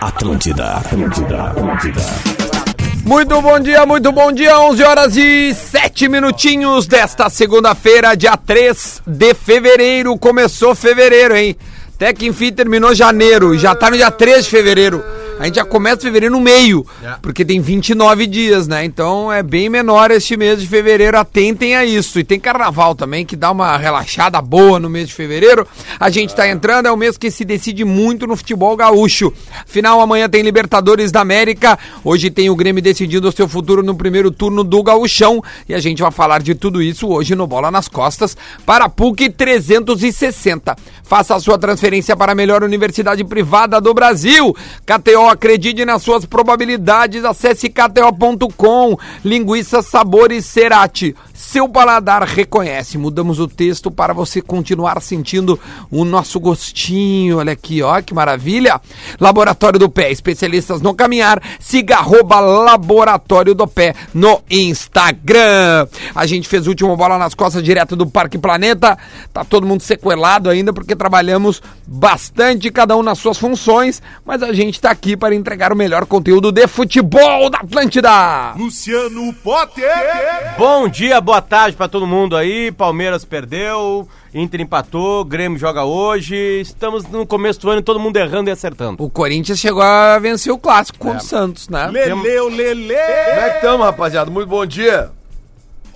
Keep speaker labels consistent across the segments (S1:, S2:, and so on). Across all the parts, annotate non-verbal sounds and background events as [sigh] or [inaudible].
S1: Atlântida, Atlântida, Atlântida.
S2: Muito bom dia, muito bom dia. 11 horas e 7 minutinhos desta segunda-feira, dia 3 de fevereiro. Começou fevereiro, hein? Até que enfim terminou janeiro. Já tá no dia 3 de fevereiro. A gente já começa fevereiro no meio, porque tem 29 dias, né? Então é bem menor este mês de fevereiro. Atentem a isso. E tem carnaval também, que dá uma relaxada boa no mês de fevereiro. A gente tá entrando, é um mês que se decide muito no futebol gaúcho. Final amanhã tem Libertadores da América. Hoje tem o Grêmio decidindo o seu futuro no primeiro turno do Gaúchão. E a gente vai falar de tudo isso hoje no Bola nas Costas para a PUC 360. Faça a sua transferência para a melhor universidade privada do Brasil. KTO, acredite nas suas probabilidades. Acesse kto.com. Linguiça Sabores Cerati. Seu paladar reconhece. Mudamos o texto para você continuar sentindo o nosso gostinho. Olha aqui, ó, que maravilha. Laboratório do Pé, especialistas no caminhar. Siga arroba Laboratório do Pé no Instagram. A gente fez o último bola nas costas direto do Parque Planeta. Tá todo mundo sequelado ainda porque trabalhamos bastante, cada um nas suas funções, mas a gente tá aqui para entregar o melhor conteúdo de futebol da Atlântida.
S3: Luciano Potter.
S4: Bom dia, boa tarde pra todo mundo aí. Palmeiras perdeu, Inter empatou, Grêmio joga hoje. Estamos no começo do ano, todo mundo errando e acertando.
S2: O Corinthians chegou a vencer o clássico contra o Santos, né?
S3: Leleu, Lele.
S5: Como é que estamos, rapaziada? Muito bom dia.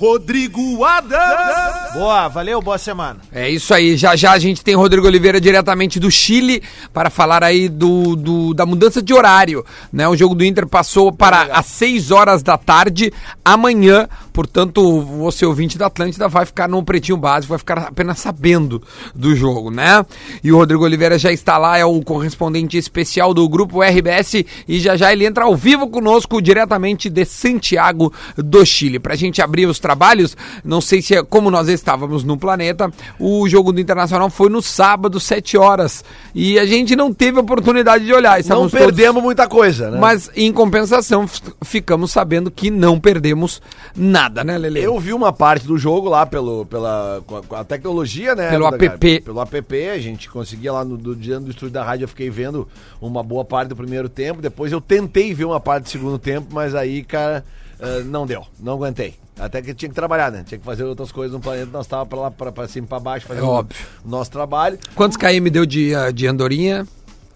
S3: Rodrigo Adams.
S6: Boa, valeu, boa semana.
S2: É isso aí, já já a gente tem Rodrigo Oliveira diretamente do Chile para falar aí do, do- da mudança de horário, né? O jogo do Inter passou para as 6 horas da tarde amanhã, portanto, você ouvinte da Atlântida vai ficar no pretinho básico, vai ficar apenas sabendo do jogo, né? E o Rodrigo Oliveira já está lá, é o correspondente especial do grupo RBS e já já ele entra ao vivo conosco diretamente de Santiago do Chile. Pra gente abrir os trabalhos, não sei se é como nós estávamos no planeta, o jogo do Internacional foi no sábado, 7 horas. E a gente não teve oportunidade de olhar.
S5: Não
S2: estávamos todos-
S5: perdemos muita coisa, né?
S2: Mas, em compensação, f- ficamos sabendo que não perdemos nada, né, Lele?
S5: Eu vi uma parte do jogo lá pelo, pela, com, a, com a tecnologia, né?
S2: Pelo
S5: da-
S2: app.
S5: Pelo app, a gente conseguia lá no, do, dentro do estúdio da rádio, eu fiquei vendo uma boa parte do primeiro tempo, depois eu tentei ver uma parte do segundo tempo, mas aí, cara, eh, não deu, não aguentei. Até que tinha que trabalhar, né? Tinha que fazer outras coisas no planeta, nós tava pra lá, pra, pra cima e pra baixo, fazendo
S2: óbvio.
S5: o nosso trabalho.
S2: Quantos KM deu de, ah, de Andorinha?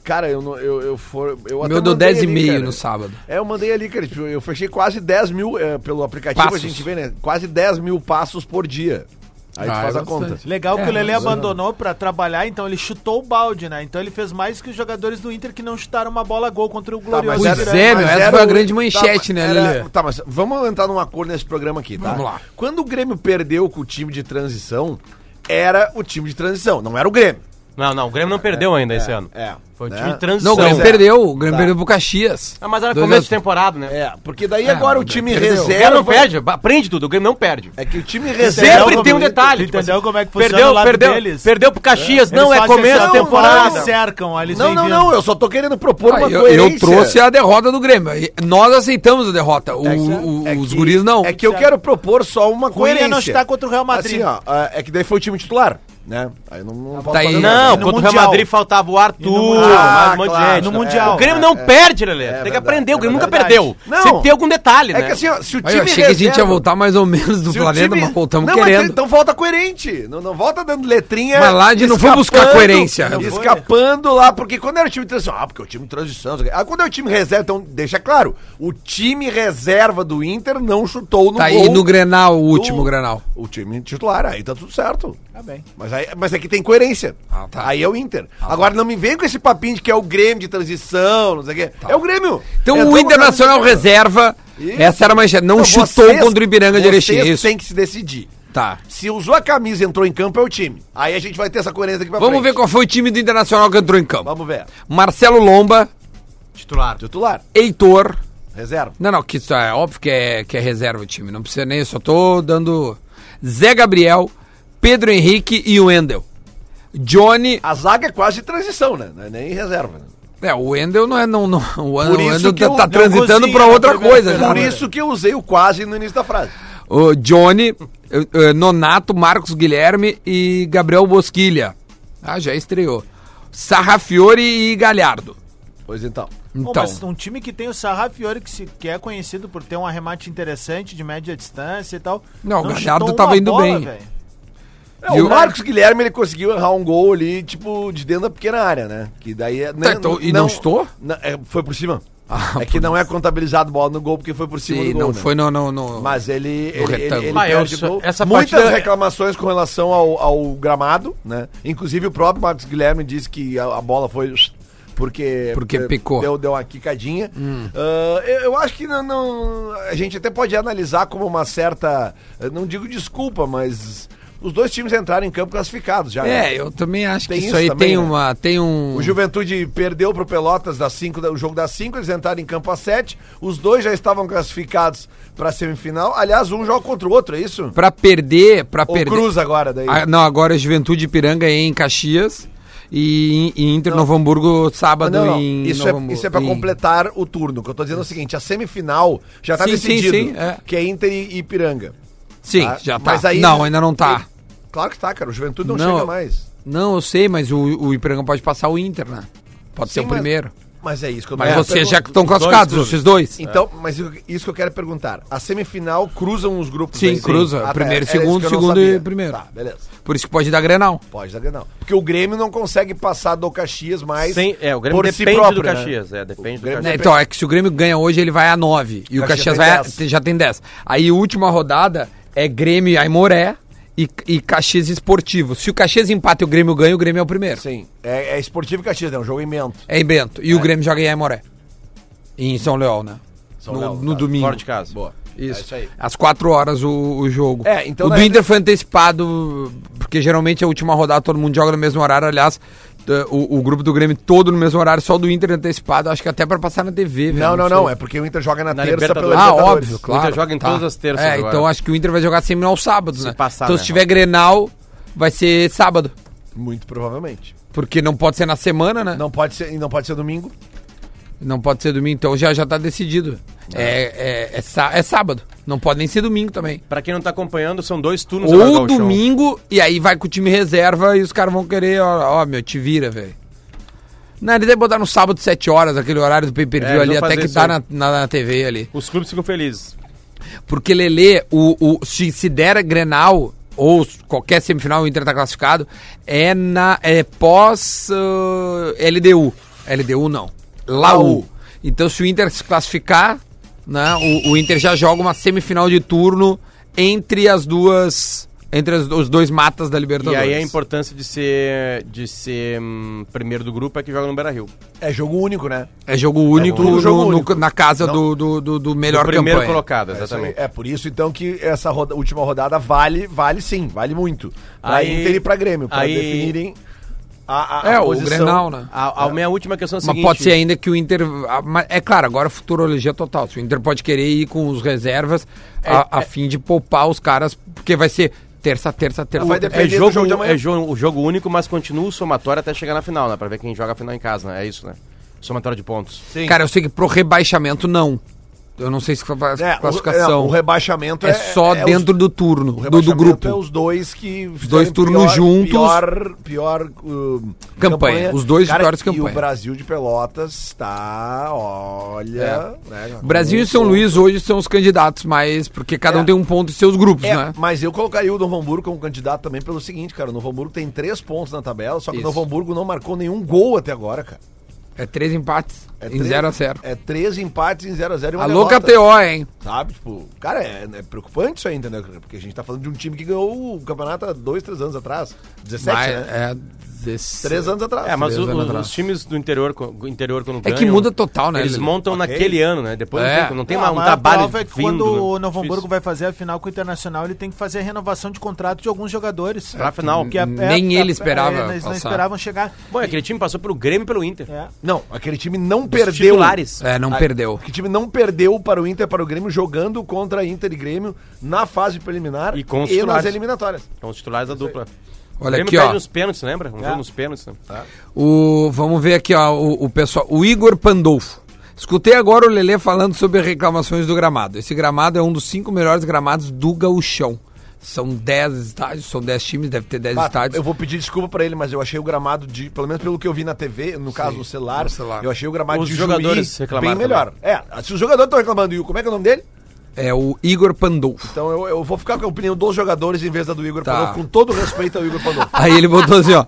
S5: Cara, eu não, eu, eu for, eu
S2: meu deu
S5: mandei
S2: 10,5
S5: ali, cara.
S2: no sábado.
S5: É, eu mandei ali, cara. tipo, Eu fechei quase 10 mil eh, pelo aplicativo,
S2: Passos.
S5: a gente vê, né? Quase 10 mil passos por dia. Aí
S2: Ah,
S5: tu
S2: é
S5: faz a
S2: bastante.
S5: conta.
S6: Legal
S2: É,
S6: que o Lele
S2: mas-
S6: abandonou pra trabalhar, então ele chutou o balde, né? Então ele fez mais que os jogadores do Inter que não chutaram uma bola gol contra o Glorioso
S4: né?
S2: Pois
S6: Irã.
S2: é, meu,
S5: Tá, mas
S2: essa
S5: era
S2: foi a
S5: o-
S2: grande manchete,
S5: tá,
S2: né,
S5: era-
S2: Lelê?
S5: Tá, mas vamos entrar num acordo nesse programa aqui, tá?
S2: Vamos lá.
S5: Quando o Grêmio perdeu com o time de transição, era o time de transição, não era o Grêmio.
S4: Não, não, o Grêmio não perdeu ainda esse ano.
S5: É.
S4: Foi o
S5: né?
S4: time de transição.
S2: Não, o Grêmio
S5: Pois é.
S2: perdeu. O Grêmio
S5: Tá.
S2: perdeu pro Caxias.
S4: Ah, mas era
S2: Dois a-
S4: começo de temporada, né?
S5: É, porque daí
S2: É,
S5: agora o
S2: o
S5: time
S2: Grêmio perdeu.
S4: O Grêmio não
S5: reserva.
S4: perde, aprende tudo, o Grêmio não perde.
S5: É que o time
S6: Entendeu
S5: reserva.
S4: Sempre tem um
S6: como-
S4: detalhe.
S6: tu entendeu como é que funciona
S4: perdeu,
S6: o lado
S4: perdeu,
S6: deles?
S4: Perdeu pro Caxias,
S6: Eles
S4: não é
S6: fazem
S4: começo
S6: essa
S4: de
S5: não,
S4: temporada.
S6: Eles cercam, eles
S5: Não,
S6: vêm
S5: não,
S6: vindo.
S5: não, eu só tô querendo propor
S2: Ah,
S5: uma
S2: eu, eu
S5: coerência.
S2: trouxe a derrota do Grêmio. E Nós aceitamos a derrota. O-
S5: É que-
S2: o-
S5: é
S2: os
S5: que-
S2: guris não.
S5: É que eu quero propor só uma coerência.
S6: é não está contra o Real Madrid.
S5: Assim, ó, ah, é que daí foi o time titular, né? Aí não, não posso
S2: aí.
S5: fazer nada, né?
S4: Não,
S6: no
S4: contra o Real
S6: Mundial.
S4: Madrid faltava o Arthur,
S6: Mundial.
S4: mais um
S5: Ah,
S4: monte de gente.
S5: claro,
S6: No
S4: O
S6: Mundial.
S2: Então.
S4: Grêmio
S5: é,
S4: não
S5: é.
S4: perde, Lelê.
S5: É
S4: tem que
S5: verdade,
S4: aprender, o Grêmio
S5: é
S4: nunca
S5: verdade.
S4: perdeu.
S5: Não.
S4: Sempre tem algum detalhe,
S5: É
S4: né?
S5: que assim, ó, se o time
S2: Aí eu achei que a gente ia voltar mais ou menos do
S5: Se o
S2: planeta,
S5: time-
S2: mas voltamos
S5: não, mas
S2: querendo.
S5: então volta coerente. Não, não volta dando letrinha.
S2: Mas lá a gente não foi buscar
S5: escapando-
S2: coerência. Não foi, né?
S5: Escapando lá, porque quando era o time de transição. Ah, porque é o time de transição. não sei o quê. Ah, quando é o time reserva, então deixa claro. O time reserva do Inter não chutou no
S2: Tá aí
S5: gol
S2: no Grenal, o
S5: do-
S2: último Grenal.
S5: O time titular, aí tá tudo certo.
S6: Tá bem.
S5: Mas, aí, mas aqui tem coerência.
S2: Ah, tá.
S5: Aí é o Inter. Agora não me vem com esse papinho de que é o Grêmio de transição, não sei o quê. É o Grêmio.
S2: Então
S5: Entrou
S2: o
S5: no
S2: Internacional
S5: Grêmio.
S2: reserva.
S5: Isso.
S2: Essa era a manchete. Não
S5: Então,
S2: chutou
S5: vocês-
S2: contra o Ibiranga de Erechim. é
S5: Vocês
S2: Isso.
S5: têm que se decidir.
S2: Tá.
S5: Se usou a camisa e entrou em campo, é o time. Aí a gente vai ter essa coerência aqui pra
S2: Vamos
S5: frente.
S2: ver qual foi o time do Internacional que entrou em campo.
S5: Vamos ver.
S2: Marcelo Lomba,
S4: Titular.
S5: Titular,
S2: Heitor.
S5: reserva.
S2: Não, não, que isso é óbvio que é, que é reserva o time. Não precisa nem, eu só tô dando. Zé Gabriel, Pedro Henrique e o Wendel. Johnny.
S5: A zaga é quase de transição, né? Não é nem reserva. né?
S2: É, o Wendel não é. Não, não, o
S5: Por isso
S2: Wendel
S5: que
S2: tá,
S5: o-
S2: tá
S5: não tá
S2: transitando
S6: cozinha
S2: pra
S6: na
S2: outra
S6: primeira
S2: coisa.
S6: É,
S5: Por
S2: né?
S5: isso que eu usei o quase no início da frase.
S2: O Johnny, eh, eh, Nonato, Marcos Guilherme e Gabriel Bosquilha. Ah, já estreou. Sarrafiore e Galhardo.
S5: Pois então.
S6: Bom,
S2: Então.
S6: mas um time que tem o Sarra Fiore, que, se, que é conhecido por ter um arremate interessante de média distância e tal.
S2: Não, o
S6: chutou
S2: Galhardo
S6: uma
S2: tava indo bem.
S6: velho.
S5: É,
S2: E
S5: o
S2: o-
S5: Marcos Guilherme ele conseguiu errar um gol ali, tipo, de dentro da pequena área, né? Que daí é. né,
S2: então, e não estou? Ah,
S5: não- é, foi por cima. é que não é contabilizado bola no gol porque foi por cima
S2: Sim,
S5: do gol.
S2: não
S5: né?
S2: foi no. no, no...
S5: Mas ele, ele, ele,
S2: retângulo.
S5: ele
S4: Ah, eu
S5: perde
S4: só-
S5: gol.
S4: essa
S5: Muitas
S4: partida-
S5: reclamações com relação ao, ao gramado, né? Inclusive o próprio Marcos Guilherme disse que a, a bola foi [laughs] porque
S2: Porque
S5: eh,
S2: picou. Hum.
S5: deu, deu uma quicadinha. Ah, eu, eu acho que não, não- a gente até pode analisar como uma certa, eh, não digo desculpa, mas os dois times entraram em campo classificados já. né?
S2: É, eu também acho que
S5: Tem
S2: isso,
S5: isso
S2: aí
S5: também,
S2: tem
S5: né?
S2: uma. Tem um.
S5: O Juventude perdeu pro Pelotas das cinco, da- o jogo das 5, eles entraram em campo às 7. Os dois já estavam classificados pra semifinal. Aliás, um joga contra o outro, é isso?
S2: Pra perder. Pra
S5: Ou
S2: perder.
S5: Cruz agora daí.
S2: Ah, não, agora é Juventude Piranga em Caxias. E, e Inter Novo Hamburgo
S5: Mas
S2: sábado
S5: Ah, não, não.
S2: em
S5: Isso,
S2: Novo
S5: é,
S2: Hamburgo.
S5: isso é pra
S2: em-
S5: completar o turno. O que eu tô dizendo é o seguinte: a semifinal já tá
S2: Sim, sim,
S5: decidido.
S2: sim, é.
S5: Que é Inter e e Piranga.
S2: Sim,
S5: tá?
S2: já tá.
S5: Mas aí-
S2: não, ainda não tá.
S5: Claro que tá, cara. O Juventude não,
S2: Não.
S5: chega mais.
S2: Não, eu sei, mas o, o Ipiranga pode passar o Inter, né? Pode ser
S5: Sim,
S2: o
S5: mas-
S2: primeiro.
S5: Mas é isso que eu tô
S2: Mas
S5: é,
S2: vocês
S5: pergunto.
S2: já que estão classificados,
S4: clubes.
S2: esses dois.
S5: Então, mas eu- isso que eu quero perguntar. A semifinal cruzam os grupos
S2: Sim,
S5: aí,
S2: cruza.
S5: Ah, tá,
S2: Primeiro,
S5: era isso que
S2: segundo,
S5: eu não
S2: segundo e
S5: sabia.
S2: primeiro.
S5: Tá, beleza.
S2: Por isso que pode dar Grenal.
S5: Pode dar não. Porque o Grêmio não consegue passar do Caxias mais.
S4: Sem- é, o Grêmio
S5: por si
S4: depende
S5: próprio,
S4: do
S5: né?
S4: Caxias. É, depende
S5: O Grêmio
S4: do
S2: Né,
S4: Caxias.
S2: então, é que se o Grêmio ganha hoje, ele vai a 9. E o Caxias,
S5: Caxias
S2: vai
S5: tem
S2: a-
S5: 10.
S2: tem- já tem 10. Aí a última rodada é Grêmio e Aimoré e, e Caxias Esportivo. Se o Caxias empata e o Grêmio ganha, o Grêmio é o primeiro.
S5: Sim. É, é esportivo Caxias, né? É um jogo emento.
S2: É em Bento. E o Grêmio joga em Aimoré. Em São Leão, né?
S5: São
S2: no
S5: Leão,
S2: no
S5: tá.
S2: domingo.
S4: Fora de casa.
S5: Boa.
S2: Isso.
S5: É isso aí.
S2: Às quatro horas o, o jogo.
S5: É, então
S2: o do
S5: na-
S2: Inter foi antecipado, porque geralmente a última rodada todo mundo joga no mesmo horário. Aliás, t- o, o grupo do Grêmio todo no mesmo horário, só o do Inter antecipado. Acho que até pra passar na TV, velho.
S5: Não, não, não.
S2: sei.
S5: É porque o Inter joga na,
S4: Na
S5: terça
S4: Libertadores.
S2: Ah,
S5: Libertadores.
S2: óbvio, claro.
S4: joga em todas as terças
S2: É,
S4: agora.
S2: então acho que o Inter vai jogar seminal sábado, né?
S4: passar,
S2: então
S4: né,
S2: se tiver Grenal, vai ser sábado.
S5: Muito provavelmente.
S2: Porque não pode ser na semana, né?
S5: Não pode ser, e não pode ser domingo.
S2: Não pode ser domingo, então já, já tá decidido. É, é, é, sá- é sábado. Não pode nem ser domingo também.
S4: Pra quem não tá acompanhando, são dois turnos agora do
S2: Ou
S4: Gauchão.
S2: domingo, e aí vai com o time reserva e os caras vão querer, ó, ó, meu, te vira, velho. Não, ele deve botar no sábado, 7 horas, aquele horário do
S4: É,
S2: pay-per-view
S4: eles
S2: ali,
S4: vão
S2: até
S4: fazer
S2: que
S4: isso
S2: tá
S4: aí.
S2: na, na, na TV ali.
S4: Os clubes ficam felizes.
S2: Porque Lele, o, o, se, se der a Grenal, ou s- qualquer semifinal, o Inter tá classificado, é na é pós ah, LDU. LDU não. Laú. Então se o Inter se classificar, né, o, o Inter já joga uma semifinal de turno entre as duas. Entre as- os dois matas da
S4: E
S2: Libertadores.
S4: aí a importância de ser, de ser hum, primeiro do grupo é que joga no Beira-Rio.
S5: É jogo único, né?
S2: É jogo único,
S5: tudo jogo
S2: no- no-
S5: único.
S2: na casa
S5: Não.
S2: do, do, do, do melhor
S4: primeiro
S2: campanha.
S4: colocado,
S5: É isso aí.
S4: exatamente.
S5: É por isso, então, que essa roda- última rodada vale, vale sim, vale muito. Pra
S4: Aí-
S5: Inter e pra Grêmio, pra
S4: aí-
S5: definirem a, a, a
S2: É, o
S5: posição.
S2: Grenal, né?
S4: A, a minha última questão é a
S2: Mas
S4: seguinte.
S2: pode ser ainda que o Inter. a- mas É claro, agora futurologia total. Se o Inter pode querer ir com os reservas
S5: É,
S2: a, a fim de poupar os caras, porque vai ser terça, terça, terça.
S5: vai
S2: terça.
S4: É
S5: depender do
S4: jogo,
S5: jogo de amanhã.
S4: é jogo, o jogo único, mas continua o somatório até chegar na final, né? Pra ver quem joga a final em casa, né? É isso, né? Somatório de pontos.
S5: Sim.
S2: Cara, eu sei que pro rebaixamento não. Eu não sei se cla-
S5: É, o- é,
S2: classificação.
S5: O, rebaixamento
S2: é, só
S5: é os-
S2: dentro do turno,
S5: o
S2: do, do
S5: rebaixamento
S2: grupo.
S5: É os dois que os
S2: dois turnos juntos.
S5: Pior, pior uh,
S2: Campanha. Os dois
S5: Cara,
S2: piores
S5: E
S2: campanha.
S5: o Brasil de Pelotas tá, olha, né,
S2: É. Brasil e
S5: com-
S2: São Luís hoje são os candidatos, mas porque cada um
S5: É.
S2: tem um ponto em seus grupos,
S5: É,
S2: né?
S5: mas eu colocaria o Novo Hamburgo como candidato também pelo seguinte, cara. O Novo Hamburgo tem três pontos na tabela, só que
S2: Isso.
S5: o Novo Hamburgo não marcou nenhum gol até agora, cara.
S2: É três empates
S5: É
S2: em
S5: três-
S2: 0 a 0
S5: É três empates em 0x0 e uma
S2: Alô,
S5: derrota,
S2: KTO, hein?
S5: Sabe? Tipo, cara, é, é preocupante isso ainda, né? cara? Porque a gente tá falando de um time que ganhou o campeonato há dois, três anos atrás. 17,
S2: Mas,
S5: né?
S2: é, dezesse-
S5: Três anos atrás.
S4: É, mas
S2: Três
S4: o-
S2: anos
S4: o-
S2: atrás.
S4: os times do interior, co- interior quando
S2: É que muda total, né,
S4: Eles
S2: Lelê?
S4: montam
S5: Ok.
S4: naquele ano, né? Depois
S2: É.
S4: não tem, não tem
S6: Não,
S4: uma-
S6: a
S4: um
S6: maior
S4: trabalho
S6: prova é que
S4: vindo,
S6: quando
S4: né?
S6: o Novo
S4: Difícil.
S6: Hamburgo vai fazer a final com o Internacional, ele tem que fazer a renovação de contrato de alguns jogadores.
S4: Pra É final.
S6: Que é a-
S2: Nem
S6: a-
S2: ele esperava
S6: eles não
S2: passar.
S6: esperavam chegar.
S4: Bom, é aquele time passou pelo Grêmio e pelo Inter.
S6: É.
S5: Não, aquele time não
S4: Dos
S5: perdeu.
S4: titulares.
S2: É, não
S5: Ah,
S2: perdeu.
S5: Aquele time não perdeu para o Inter, para o Grêmio, jogando contra Inter e Grêmio na fase preliminar
S4: E com os
S5: nas
S4: titulares.
S5: eliminatórias.
S4: Então os titulares da dupla. o
S2: Olha
S4: Grêmio
S2: aqui,
S4: perde
S2: ó.
S4: nos pênaltis, lembra?
S6: É.
S4: Um jogo nos pênaltis. né?
S6: Tá.
S2: O, vamos ver aqui, ó, o, o pessoal. O Igor Pandolfo. Escutei agora o Lelê falando sobre reclamações do gramado. Esse gramado é um dos cinco melhores gramados do gauchão. São 10 estádios, são 10 times, deve ter 10
S5: Bah,
S2: estádios.
S5: Eu vou pedir desculpa pra ele, mas eu achei o gramado de, pelo menos pelo que eu vi na TV, no caso no celular,
S2: no celular.
S5: eu achei o gramado
S4: Os
S5: de
S4: jogadores
S5: Juiz
S4: reclamaram
S5: bem melhor. É, se os jogadores estão reclamando, e o- como é que é o nome dele?
S2: É o Igor Pandolfo.
S5: Então eu, eu vou ficar com a opinião dos jogadores em vez da do Igor
S2: Tá.
S5: Pandolfo, com todo respeito ao Igor Pandolfo.
S2: Aí ele botou assim, ó.